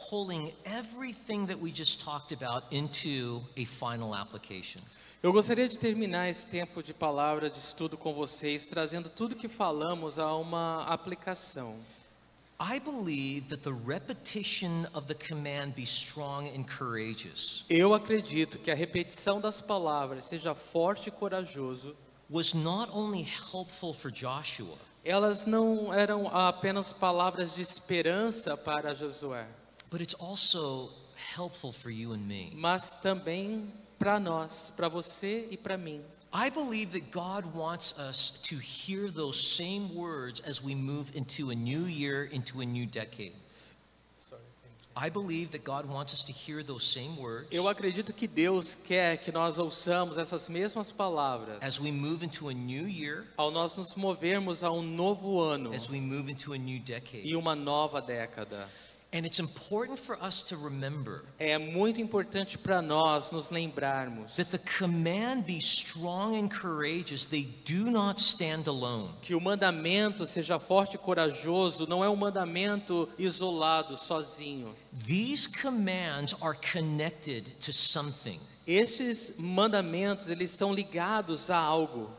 Speaker 1: pulling everything that we just talked about into a final application.
Speaker 2: Eu gostaria de terminar esse tempo de palavra de estudo com vocês, trazendo tudo que falamos a uma aplicação.
Speaker 1: I believe that the repetition of the command, be strong and courageous,
Speaker 2: Eu acredito que a repetição das palavras, seja forte e corajoso,
Speaker 1: was not only helpful for Joshua,
Speaker 2: elas não eram apenas palavras de esperança para Josué,
Speaker 1: but it's also helpful for you and me.
Speaker 2: mas também para nós, para você e para mim.
Speaker 1: I believe that God wants us to hear those same words as we move into a new year, into a new decade. I believe that God wants us to hear those same words
Speaker 2: Eu acredito que Deus quer que nós ouçamos essas mesmas palavras
Speaker 1: as we move into a new year,
Speaker 2: ao nós nos movermos a um novo ano
Speaker 1: as we move into a new
Speaker 2: e
Speaker 1: decade.
Speaker 2: uma nova década.
Speaker 1: And it's important for us to remember
Speaker 2: É muito importante para nós nos lembrarmos
Speaker 1: that the command be strong and courageous, they do not stand alone.
Speaker 2: que o mandamento seja forte e corajoso não é um mandamento isolado, sozinho.
Speaker 1: These commands are connected to something.
Speaker 2: Estes mandamentos, eles são ligados a algo.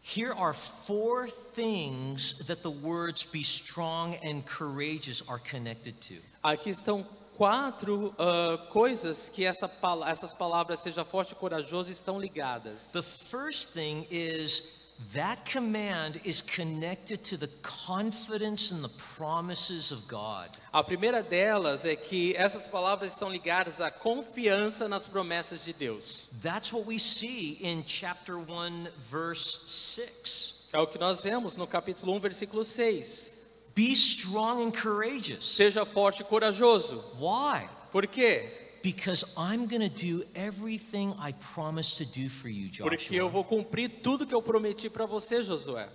Speaker 1: Here are four things that the words be strong and courageous are connected to.
Speaker 2: Aqui estão quatro ah, coisas que essa pala- essas palavras seja forte e corajoso estão ligadas.
Speaker 1: The first thing is that command is connected to the confidence and the promises of God.
Speaker 2: A primeira delas é que essas palavras estão ligadas à confiança nas promessas de Deus.
Speaker 1: That's what we see in chapter 1, verse 6.
Speaker 2: É o que nós vemos no capítulo 1, versículo 6.
Speaker 1: Be strong and courageous.
Speaker 2: Seja forte e corajoso.
Speaker 1: Why?
Speaker 2: Por quê?
Speaker 1: Because I'm going to do everything I promised to do for you,
Speaker 2: Porque eu
Speaker 1: Joshua.
Speaker 2: vou cumprir tudo que eu prometi para você, Josué.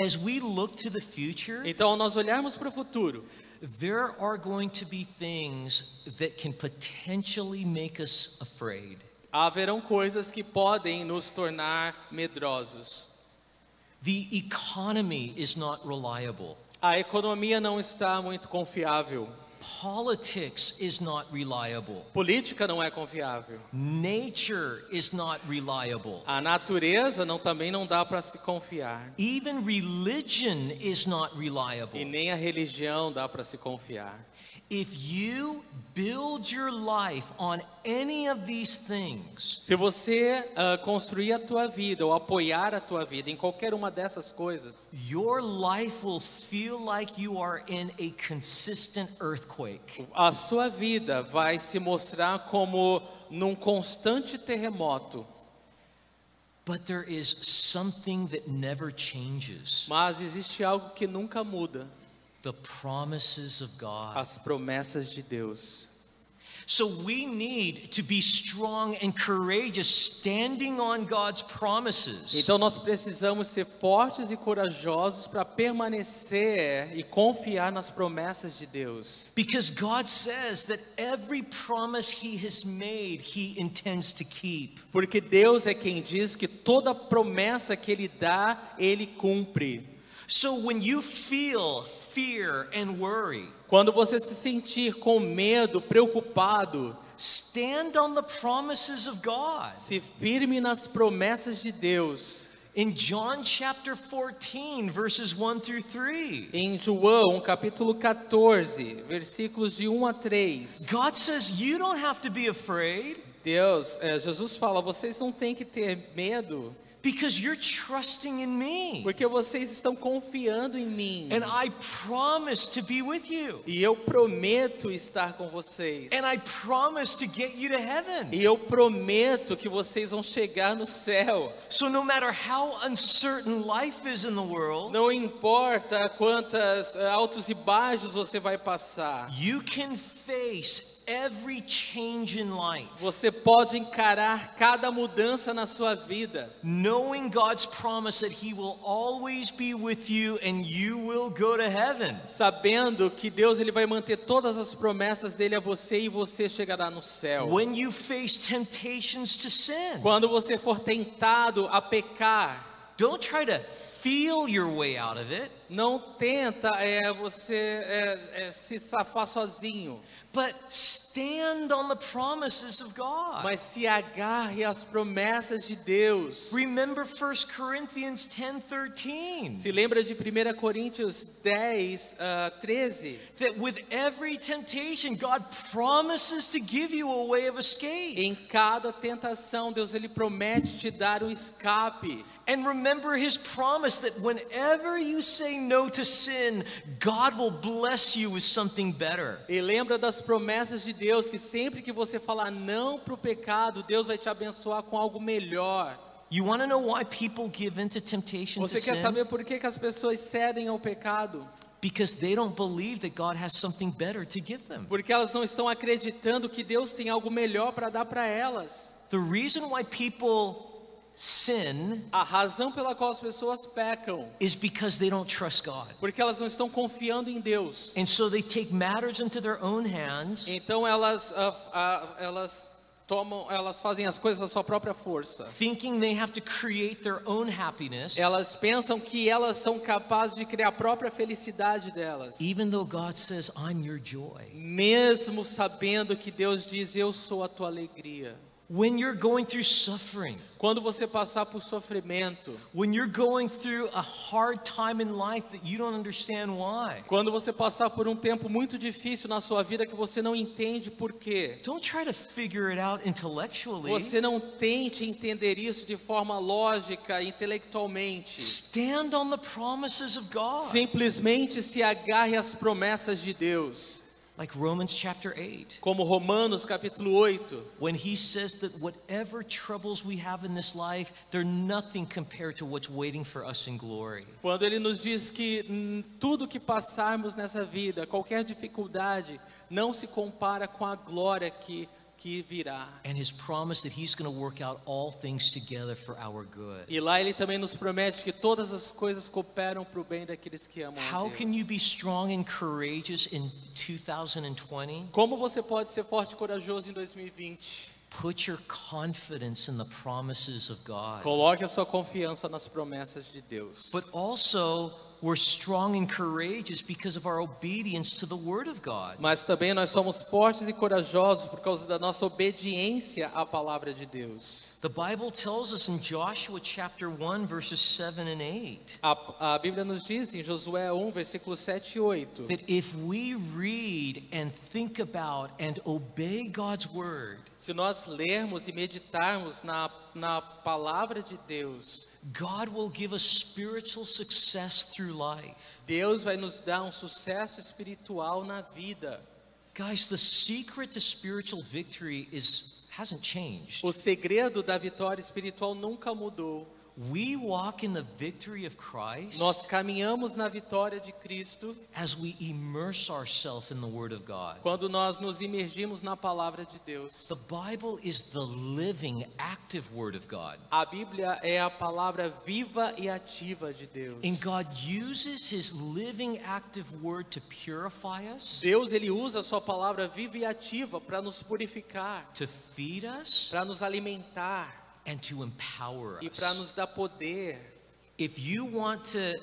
Speaker 1: As we look to the future,
Speaker 2: Então, ao nós olharmos para o futuro,
Speaker 1: There are going to be things that can potentially make us afraid.
Speaker 2: haverão coisas que podem nos tornar medrosos.
Speaker 1: The economy is not reliable.
Speaker 2: A economia não está muito confiável.
Speaker 1: Politics is not reliable.
Speaker 2: Política não é confiável.
Speaker 1: Nature is not reliable.
Speaker 2: A natureza não, também não dá para se confiar.
Speaker 1: Even religion is not
Speaker 2: E
Speaker 1: reliable.
Speaker 2: nem a religião dá para se confiar.
Speaker 1: If you build your life on any of these things,
Speaker 2: Se você ah, construir a tua vida ou apoiar a tua vida em qualquer uma dessas coisas,
Speaker 1: your life will feel like you are in a consistent earthquake.
Speaker 2: a sua vida vai se mostrar como num constante terremoto.
Speaker 1: But there is something that never changes
Speaker 2: Mas existe algo que nunca muda:
Speaker 1: the promises of God.
Speaker 2: as promessas de Deus.
Speaker 1: So we need to be strong and courageous, standing on God's promises.
Speaker 2: Então nós precisamos ser fortes e corajosos para permanecer e confiar nas promessas de Deus.
Speaker 1: Because God says that every promise He has made, He intends to keep.
Speaker 2: Porque Deus é quem diz que toda promessa que Ele dá, Ele cumpre.
Speaker 1: So when you feel fear and worry,
Speaker 2: Quando você se sentir com medo, preocupado,
Speaker 1: stand on the promises of God.
Speaker 2: se firme nas promessas de Deus.
Speaker 1: In John chapter 14, verses 1 through 3.
Speaker 2: Em João, capítulo 14, versículos de 1 a 3.
Speaker 1: God says, You don't have to be afraid.
Speaker 2: eh, Deus, é, Jesus fala, vocês não têm que ter medo.
Speaker 1: because you're trusting in me.
Speaker 2: porque vocês estão confiando em mim.
Speaker 1: And I promise to be with you.
Speaker 2: E eu prometo estar com vocês.
Speaker 1: And I promise to get you to heaven.
Speaker 2: E eu prometo que vocês vão chegar no céu.
Speaker 1: So no matter how uncertain life is in the world,
Speaker 2: Não importa quantas eh, altos e baixos você vai passar.
Speaker 1: you can face every change in life
Speaker 2: Você pode encarar cada mudança na sua vida,
Speaker 1: knowing God's promise that he will always be with you and you will go to heaven.
Speaker 2: sabendo que Deus ele vai manter todas as promessas dele a você e você chegará no céu.
Speaker 1: When you face temptations to sin,
Speaker 2: Quando você for tentado a pecar,
Speaker 1: don't try to feel your way out of it,
Speaker 2: não tenta eh, você eh, eh, se safar sozinho.
Speaker 1: but stand on the promises of God.
Speaker 2: Mas se agarre às promessas de Deus.
Speaker 1: Remember 1 Corinthians 10:13
Speaker 2: Se lembra de 1 Coríntios 10, ah, 13?
Speaker 1: that with every temptation God promises to give you a way of escape.
Speaker 2: Em cada tentação, Deus ele promete te dar um escape.
Speaker 1: And remember his promise that whenever you say no to sin, God will bless you with something better.
Speaker 2: E lembra das promessas de Deus que sempre que você falar não para o pecado, Deus vai te abençoar com algo melhor.
Speaker 1: You want to know why people give in to temptation to
Speaker 2: Você quer
Speaker 1: sin?
Speaker 2: saber por que, que as pessoas cedem ao pecado?
Speaker 1: Because they don't believe that God has something better to give them.
Speaker 2: Porque elas não estão acreditando que Deus tem algo melhor para dar para elas.
Speaker 1: The reason why people sin
Speaker 2: A razão pela qual as pessoas pecam,
Speaker 1: is because they don't trust God.
Speaker 2: porque elas não estão confiando em Deus.
Speaker 1: And so they take matters into their own hands
Speaker 2: Então elas, ah, f- ah, elas tomam, elas fazem as coisas da sua própria força.
Speaker 1: thinking they have to create their own happiness,
Speaker 2: Elas pensam que elas são capazes de criar a própria felicidade delas.
Speaker 1: even though God says, I'm your joy.
Speaker 2: Mesmo sabendo que Deus diz: Eu sou a tua alegria.
Speaker 1: When you're going through suffering,
Speaker 2: Quando você passar por sofrimento,
Speaker 1: when you're going through a hard time in life that you don't understand why,
Speaker 2: quando você passar por um tempo muito difícil na sua vida que você não entende por quê,
Speaker 1: don't try to figure it out intellectually.
Speaker 2: você não tente entender isso de forma lógica, intelectualmente.
Speaker 1: Stand on the promises of God.
Speaker 2: Simplesmente se agarre às promessas de Deus.
Speaker 1: Like Romans chapter 8,
Speaker 2: Como Romanos capítulo 8,
Speaker 1: when he says that whatever troubles we have in this life, they're nothing compared to what's waiting for us in glory.
Speaker 2: quando ele nos diz que hum, tudo que passarmos nessa vida, qualquer dificuldade, não se compara com a glória que, que virá.
Speaker 1: And his promise that he's going to work out all things together for our good.
Speaker 2: E lá ele também nos promete que todas as coisas cooperam para o bem daqueles que amam a
Speaker 1: How
Speaker 2: Deus.
Speaker 1: can you be strong and courageous in 2020?
Speaker 2: Como você pode ser forte e corajoso em 2020?
Speaker 1: Put your confidence in the promises of God.
Speaker 2: Coloque a sua confiança nas promessas de Deus.
Speaker 1: But also, we're strong and courageous because of our obedience to the word of God.
Speaker 2: Mas também nós somos fortes e corajosos por causa da nossa obediência à palavra de Deus.
Speaker 1: The Bible tells us in Joshua chapter 1, verses 7 and 8,
Speaker 2: A, a Bíblia nos diz em Josué 1, versículo 7 e 8,
Speaker 1: that if we read and think about and obey God's word,
Speaker 2: se nós lermos e meditarmos na, na palavra de Deus,
Speaker 1: God will give us spiritual success through life.
Speaker 2: Deus vai nos dar um sucesso espiritual na vida.
Speaker 1: Guys, the secret to spiritual victory is hasn't changed.
Speaker 2: O segredo da vitória espiritual nunca mudou.
Speaker 1: We walk in the victory of Christ
Speaker 2: Nós caminhamos na vitória de Cristo
Speaker 1: as we immerse ourselves in the word of God.
Speaker 2: quando nós nos imergimos na palavra de Deus.
Speaker 1: The Bible is the living, active word of God.
Speaker 2: A Bíblia é a palavra viva e ativa de Deus.
Speaker 1: And God uses his living, active word to purify us,
Speaker 2: Deus ele usa a sua palavra viva e ativa para nos purificar,
Speaker 1: to feed us,
Speaker 2: para nos alimentar
Speaker 1: and to empower
Speaker 2: e para
Speaker 1: us.
Speaker 2: nos dar poder.
Speaker 1: If you want to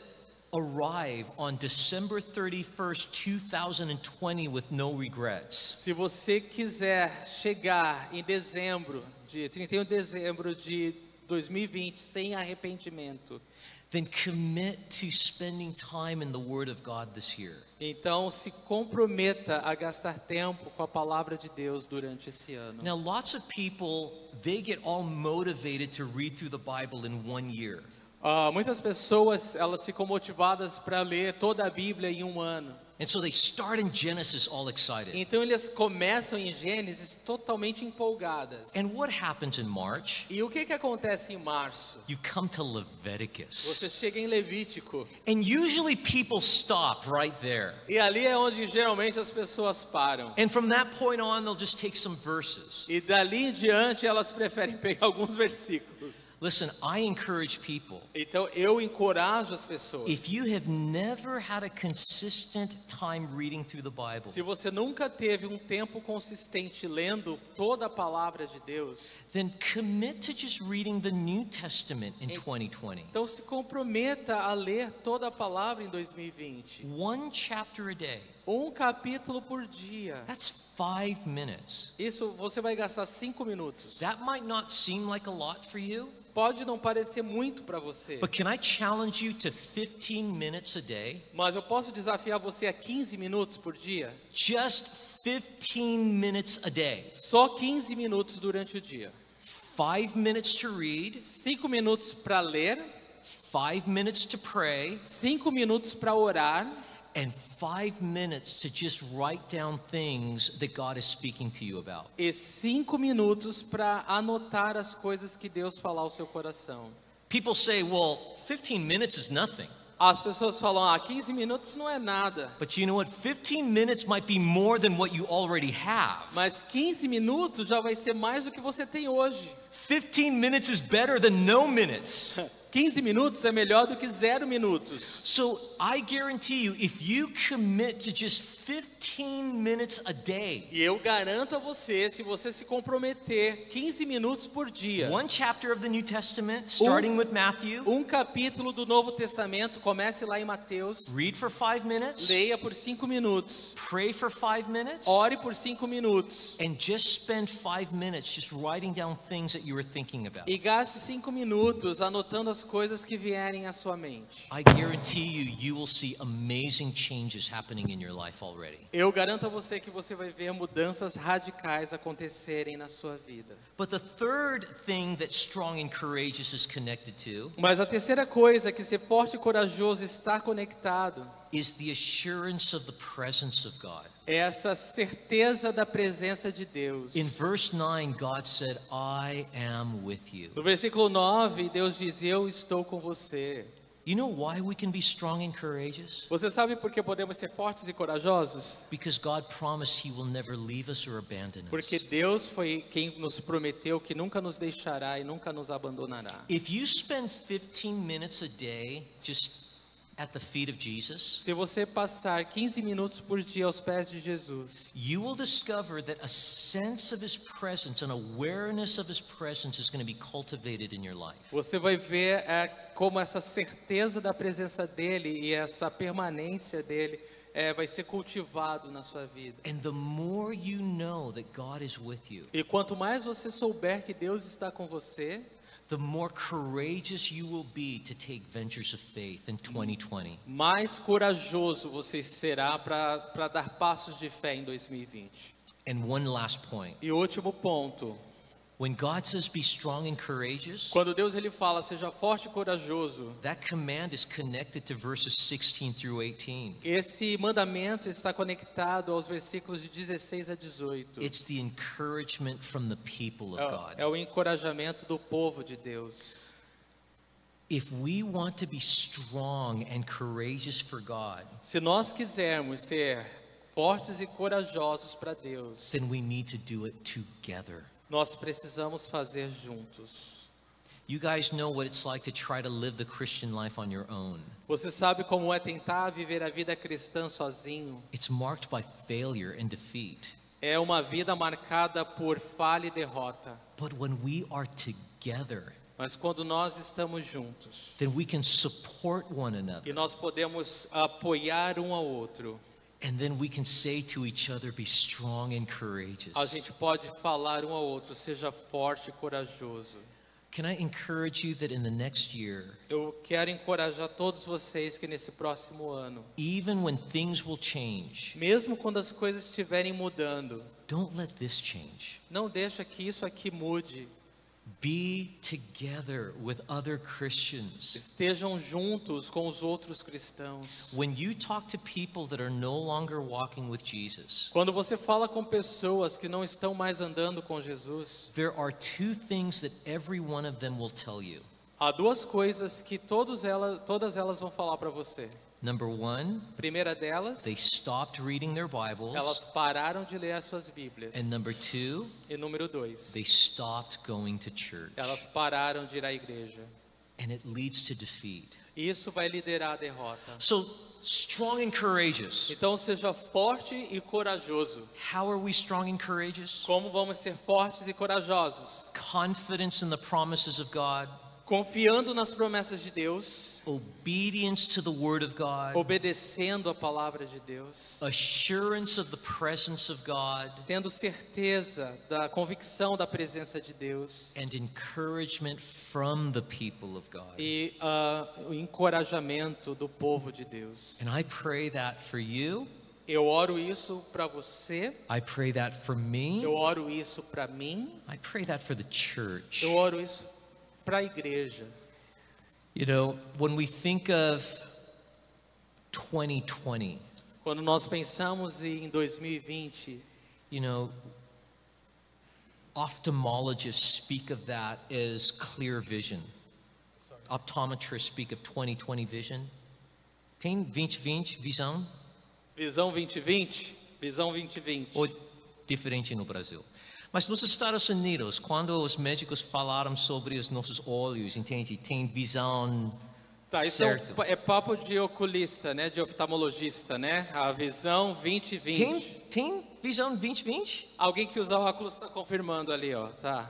Speaker 1: arrive on December 31st, 2020 with no regrets,
Speaker 2: Se você quiser chegar em um dezembro, de 31 de dezembro de 2020 sem arrependimento,
Speaker 1: then commit to spending time in the Word of God this year.
Speaker 2: Então, se comprometa a gastar tempo com a palavra de Deus durante esse ano.
Speaker 1: Now, lots of people, they get all motivated to read through the Bible in one year.
Speaker 2: Ah, muitas pessoas elas ficam motivadas para ler toda a Bíblia em um ano.
Speaker 1: And so they start in Genesis all excited.
Speaker 2: Então elas começam em Gênesis totalmente empolgadas.
Speaker 1: And what happens in March?
Speaker 2: E o que que acontece em março?
Speaker 1: You come to
Speaker 2: Você
Speaker 1: Leviticus.
Speaker 2: chega em Levítico
Speaker 1: And usually people stop right there.
Speaker 2: e ali é onde geralmente as pessoas param.
Speaker 1: And from that point on, they'll just take some verses.
Speaker 2: E dali em diante elas preferem pegar alguns versículos.
Speaker 1: Listen, I encourage people
Speaker 2: Então eu encorajo as pessoas.
Speaker 1: if you have never had a consistent time reading through the Bible,
Speaker 2: Se você nunca teve um tempo consistente lendo toda a palavra de Deus,
Speaker 1: then commit to just reading the New Testament in 2020.
Speaker 2: então se comprometa a ler toda a palavra em 2020.
Speaker 1: One chapter a day.
Speaker 2: Um capítulo por dia.
Speaker 1: That's five minutes.
Speaker 2: Isso você vai gastar cinco minutos.
Speaker 1: That might not seem like a lot for you,
Speaker 2: Pode não parecer muito para você,
Speaker 1: but can I challenge you to 15 minutes a day?
Speaker 2: mas eu posso desafiar você a 15 minutos por dia?
Speaker 1: Just 15 minutes a day.
Speaker 2: Só 15 minutos durante o dia.
Speaker 1: Five minutes to read,
Speaker 2: Cinco minutos para ler,
Speaker 1: five minutes to pray,
Speaker 2: cinco minutos para orar
Speaker 1: and five minutes to just write down things that God is speaking to you about.
Speaker 2: e cinco minutos para anotar as coisas que Deus falar ao seu coração.
Speaker 1: People say, well, 15 minutes is nothing.
Speaker 2: As pessoas falam: "Ah, 15 minutos não é nada".
Speaker 1: But you know what? 15 minutes might be more than what you already have.
Speaker 2: Mas 15 minutos já vai ser mais do que você tem hoje.
Speaker 1: 15 minutes is better than no minutes.
Speaker 2: 15 minutos é melhor do que zero minutos.
Speaker 1: So I guarantee you, if you commit to just 15 minutes a day,
Speaker 2: E eu garanto a você, se você se comprometer 15 minutos por dia,
Speaker 1: one chapter of the New Testament, starting with Matthew,
Speaker 2: um capítulo do Novo Testamento, comece lá em Mateus,
Speaker 1: read for five minutes,
Speaker 2: leia por 5 minutos,
Speaker 1: pray for five minutes,
Speaker 2: ore por 5 minutos
Speaker 1: and just spend five minutes just writing down things that you were thinking about.
Speaker 2: e gaste 5 minutos anotando as coisas que vierem à sua mente.
Speaker 1: I guarantee you, you will see amazing changes happening in your life already.
Speaker 2: Eu garanto a você que você vai ver mudanças radicais acontecerem na sua vida.
Speaker 1: But the third thing that strong and courageous is connected to
Speaker 2: Mas a terceira coisa é que ser forte e corajoso estar conectado
Speaker 1: is the assurance of the presence of God.
Speaker 2: é essa certeza da presença de Deus.
Speaker 1: In verse 9, God said, I am with you.
Speaker 2: No versículo 9, Deus diz: Eu estou com você.
Speaker 1: You know why we can be strong and courageous?
Speaker 2: Você sabe por que podemos ser fortes e corajosos?
Speaker 1: Because God promised He will never leave us or abandon us.
Speaker 2: Porque Deus foi quem nos prometeu que nunca nos deixará e nunca nos abandonará.
Speaker 1: If you spend 15 minutes a day just at the feet of Jesus,
Speaker 2: Se você passar 15 minutos por dia aos pés de Jesus,
Speaker 1: you will discover that a sense of His presence, an awareness of His presence, is going to be cultivated in your life.
Speaker 2: você vai ver é, como essa certeza da presença dele e essa permanência dele é, vai ser cultivado na sua vida.
Speaker 1: And the more you know that God is with you,
Speaker 2: E quanto mais você souber que Deus está com você,
Speaker 1: the more courageous you will be to take ventures of faith in 2020.
Speaker 2: mais corajoso você será para dar passos de fé em 2020.
Speaker 1: And one last point.
Speaker 2: E último ponto,
Speaker 1: When God says be strong and courageous,
Speaker 2: quando Deus ele fala seja forte e corajoso,
Speaker 1: that command is connected to verses 16 through 18.
Speaker 2: esse mandamento está conectado aos versículos de 16 a 18.
Speaker 1: It's the encouragement from the people
Speaker 2: É
Speaker 1: of
Speaker 2: o-
Speaker 1: God.
Speaker 2: É o encorajamento do povo de Deus.
Speaker 1: If we want to be strong and courageous for God,
Speaker 2: Se nós quisermos ser fortes e corajosos para Deus,
Speaker 1: then we need to do it together.
Speaker 2: nós precisamos fazer juntos.
Speaker 1: You guys know what it's like to try to live the Christian life on your own.
Speaker 2: Você sabe como é tentar viver a vida cristã sozinho?
Speaker 1: It's marked by failure and defeat.
Speaker 2: É uma vida marcada por falha e derrota.
Speaker 1: But when we are together,
Speaker 2: Mas quando nós estamos juntos
Speaker 1: then we can support one another.
Speaker 2: e nós podemos apoiar um ao outro,
Speaker 1: And then we can say to each other, be strong and courageous.
Speaker 2: a gente pode falar um ao outro, seja forte e corajoso.
Speaker 1: Can I encourage you that in the next year,
Speaker 2: Eu quero encorajar todos vocês que nesse próximo ano,
Speaker 1: even when things will change,
Speaker 2: mesmo quando as coisas estiverem mudando,
Speaker 1: don't let this change.
Speaker 2: não deixa que isso aqui mude.
Speaker 1: Be together with other Christians.
Speaker 2: Estejam juntos com os outros cristãos.
Speaker 1: When you talk to people that are no longer walking with Jesus,
Speaker 2: Quando você fala com pessoas que não estão mais andando com Jesus,
Speaker 1: there are two things that every one of them will tell you.
Speaker 2: há duas coisas que todos elas, todas elas vão falar para você.
Speaker 1: Number one,
Speaker 2: Primeira delas,
Speaker 1: they stopped reading their
Speaker 2: elas
Speaker 1: Bibles.
Speaker 2: pararam de ler as suas Bíblias.
Speaker 1: And number two,
Speaker 2: E número dois,
Speaker 1: they stopped going to church.
Speaker 2: elas pararam de ir à igreja.
Speaker 1: And it leads to defeat.
Speaker 2: Isso vai liderar a derrota.
Speaker 1: So, strong and courageous.
Speaker 2: Então seja forte e corajoso.
Speaker 1: How are we strong and courageous?
Speaker 2: Como vamos ser fortes e corajosos?
Speaker 1: Confidence in the promises of God,
Speaker 2: Confiando nas promessas de Deus,
Speaker 1: obedience to the Word of God,
Speaker 2: obedecendo a palavra de Deus,
Speaker 1: assurance of the presence of God,
Speaker 2: tendo certeza da convicção da presença de Deus
Speaker 1: and encouragement from the people of God.
Speaker 2: e ah, o encorajamento do povo de Deus.
Speaker 1: And I pray that for you.
Speaker 2: Eu oro isso para você,
Speaker 1: I pray that for me.
Speaker 2: eu oro isso para mim,
Speaker 1: I pray that for the church.
Speaker 2: eu oro isso para a igreja.
Speaker 1: You know, when we think of 2020,
Speaker 2: Quando nós pensamos em 2020,
Speaker 1: you know, ophthalmologists speak of that as clear vision. Optometrists speak of 2020 vision. Tem 2020 visão
Speaker 2: Visão 2020, Visão 2020.
Speaker 1: ou diferente no Brasil. Mas nos Estados Unidos, quando os médicos falaram sobre os nossos olhos, entende? Tem visão
Speaker 2: Tá, isso é, um
Speaker 1: certo.
Speaker 2: pa- é papo de oculista, né? De oftalmologista, né? A visão 2020.
Speaker 1: Tem, tem visão 2020?
Speaker 2: Alguém que usa óculos está confirmando ali, ó. Tá.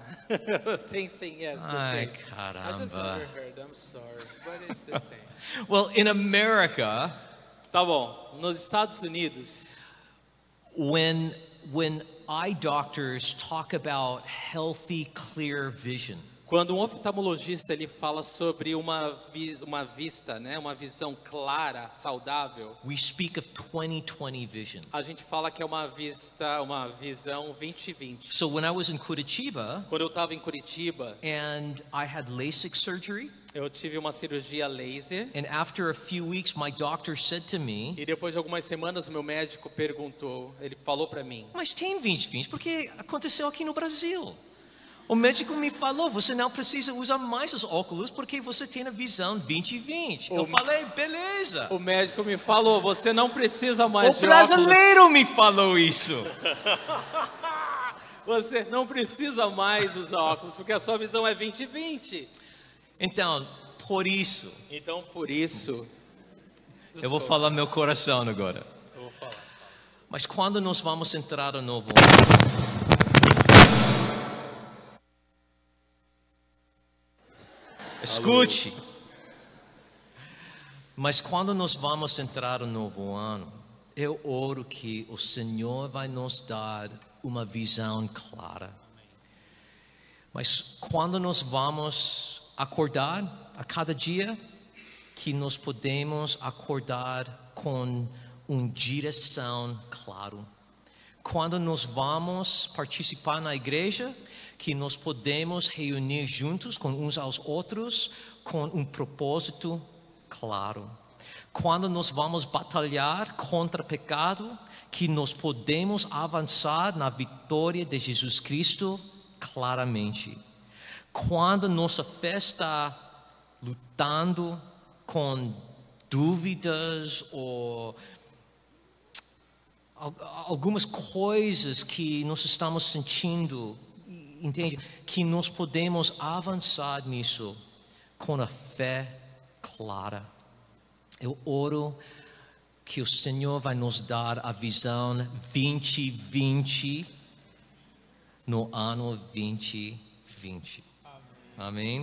Speaker 2: Tem sim, yes, the
Speaker 1: Ai,
Speaker 2: same. I just
Speaker 1: caramba.
Speaker 2: never heard, I'm sorry, but it's the same.
Speaker 1: Well, in America,
Speaker 2: Tá bom. Nos Estados Unidos,
Speaker 1: when when eye doctors talk about healthy clear vision
Speaker 2: quando um oftalmologista ele fala sobre uma, vi- uma vista, né? Uma visão clara, saudável,
Speaker 1: we speak of 2020 vision
Speaker 2: a gente fala que é uma vista, uma visão 2020.
Speaker 1: so when i was in curitiba
Speaker 2: Quando eu estava em Curitiba,
Speaker 1: and i had lasik surgery
Speaker 2: eu tive uma cirurgia laser
Speaker 1: and after a few weeks my doctor said to me
Speaker 2: e depois de algumas semanas o meu médico perguntou, ele falou para mim,
Speaker 1: mas tem 2020 porque aconteceu aqui no brasil o médico me falou, você não precisa usar mais os óculos porque você tem a visão 2020. Eu
Speaker 2: O-
Speaker 1: falei, beleza.
Speaker 2: o médico me falou, você não precisa
Speaker 1: O
Speaker 2: mais de óculos,
Speaker 1: brasileiro me falou isso.
Speaker 2: você não precisa mais usar óculos porque a sua visão é 20/20.
Speaker 1: Então, por isso,
Speaker 2: Então por isso,
Speaker 1: Eu vou falar meu coração agora.
Speaker 2: eu vou falar.
Speaker 1: Mas quando nós vamos entrar no novo Escute. Mas quando nós vamos entrar no novo ano, eu oro que o Senhor vai nos dar uma visão clara. Mas quando nós vamos acordar a cada dia, que nós podemos acordar com uma direção claro. Quando nós vamos participar na igreja, que nós podemos reunir juntos com uns aos outros com um propósito claro. Quando nós vamos batalhar contra o pecado, que nós podemos avançar na vitória de Jesus Cristo claramente. Quando nossa fé está lutando com dúvidas ou al- algumas coisas que nós estamos sentindo, e- entende? Que nós podemos avançar nisso com a fé clara. Eu oro que o Senhor vai nos dar a visão 2020 no ano 2020. Amém.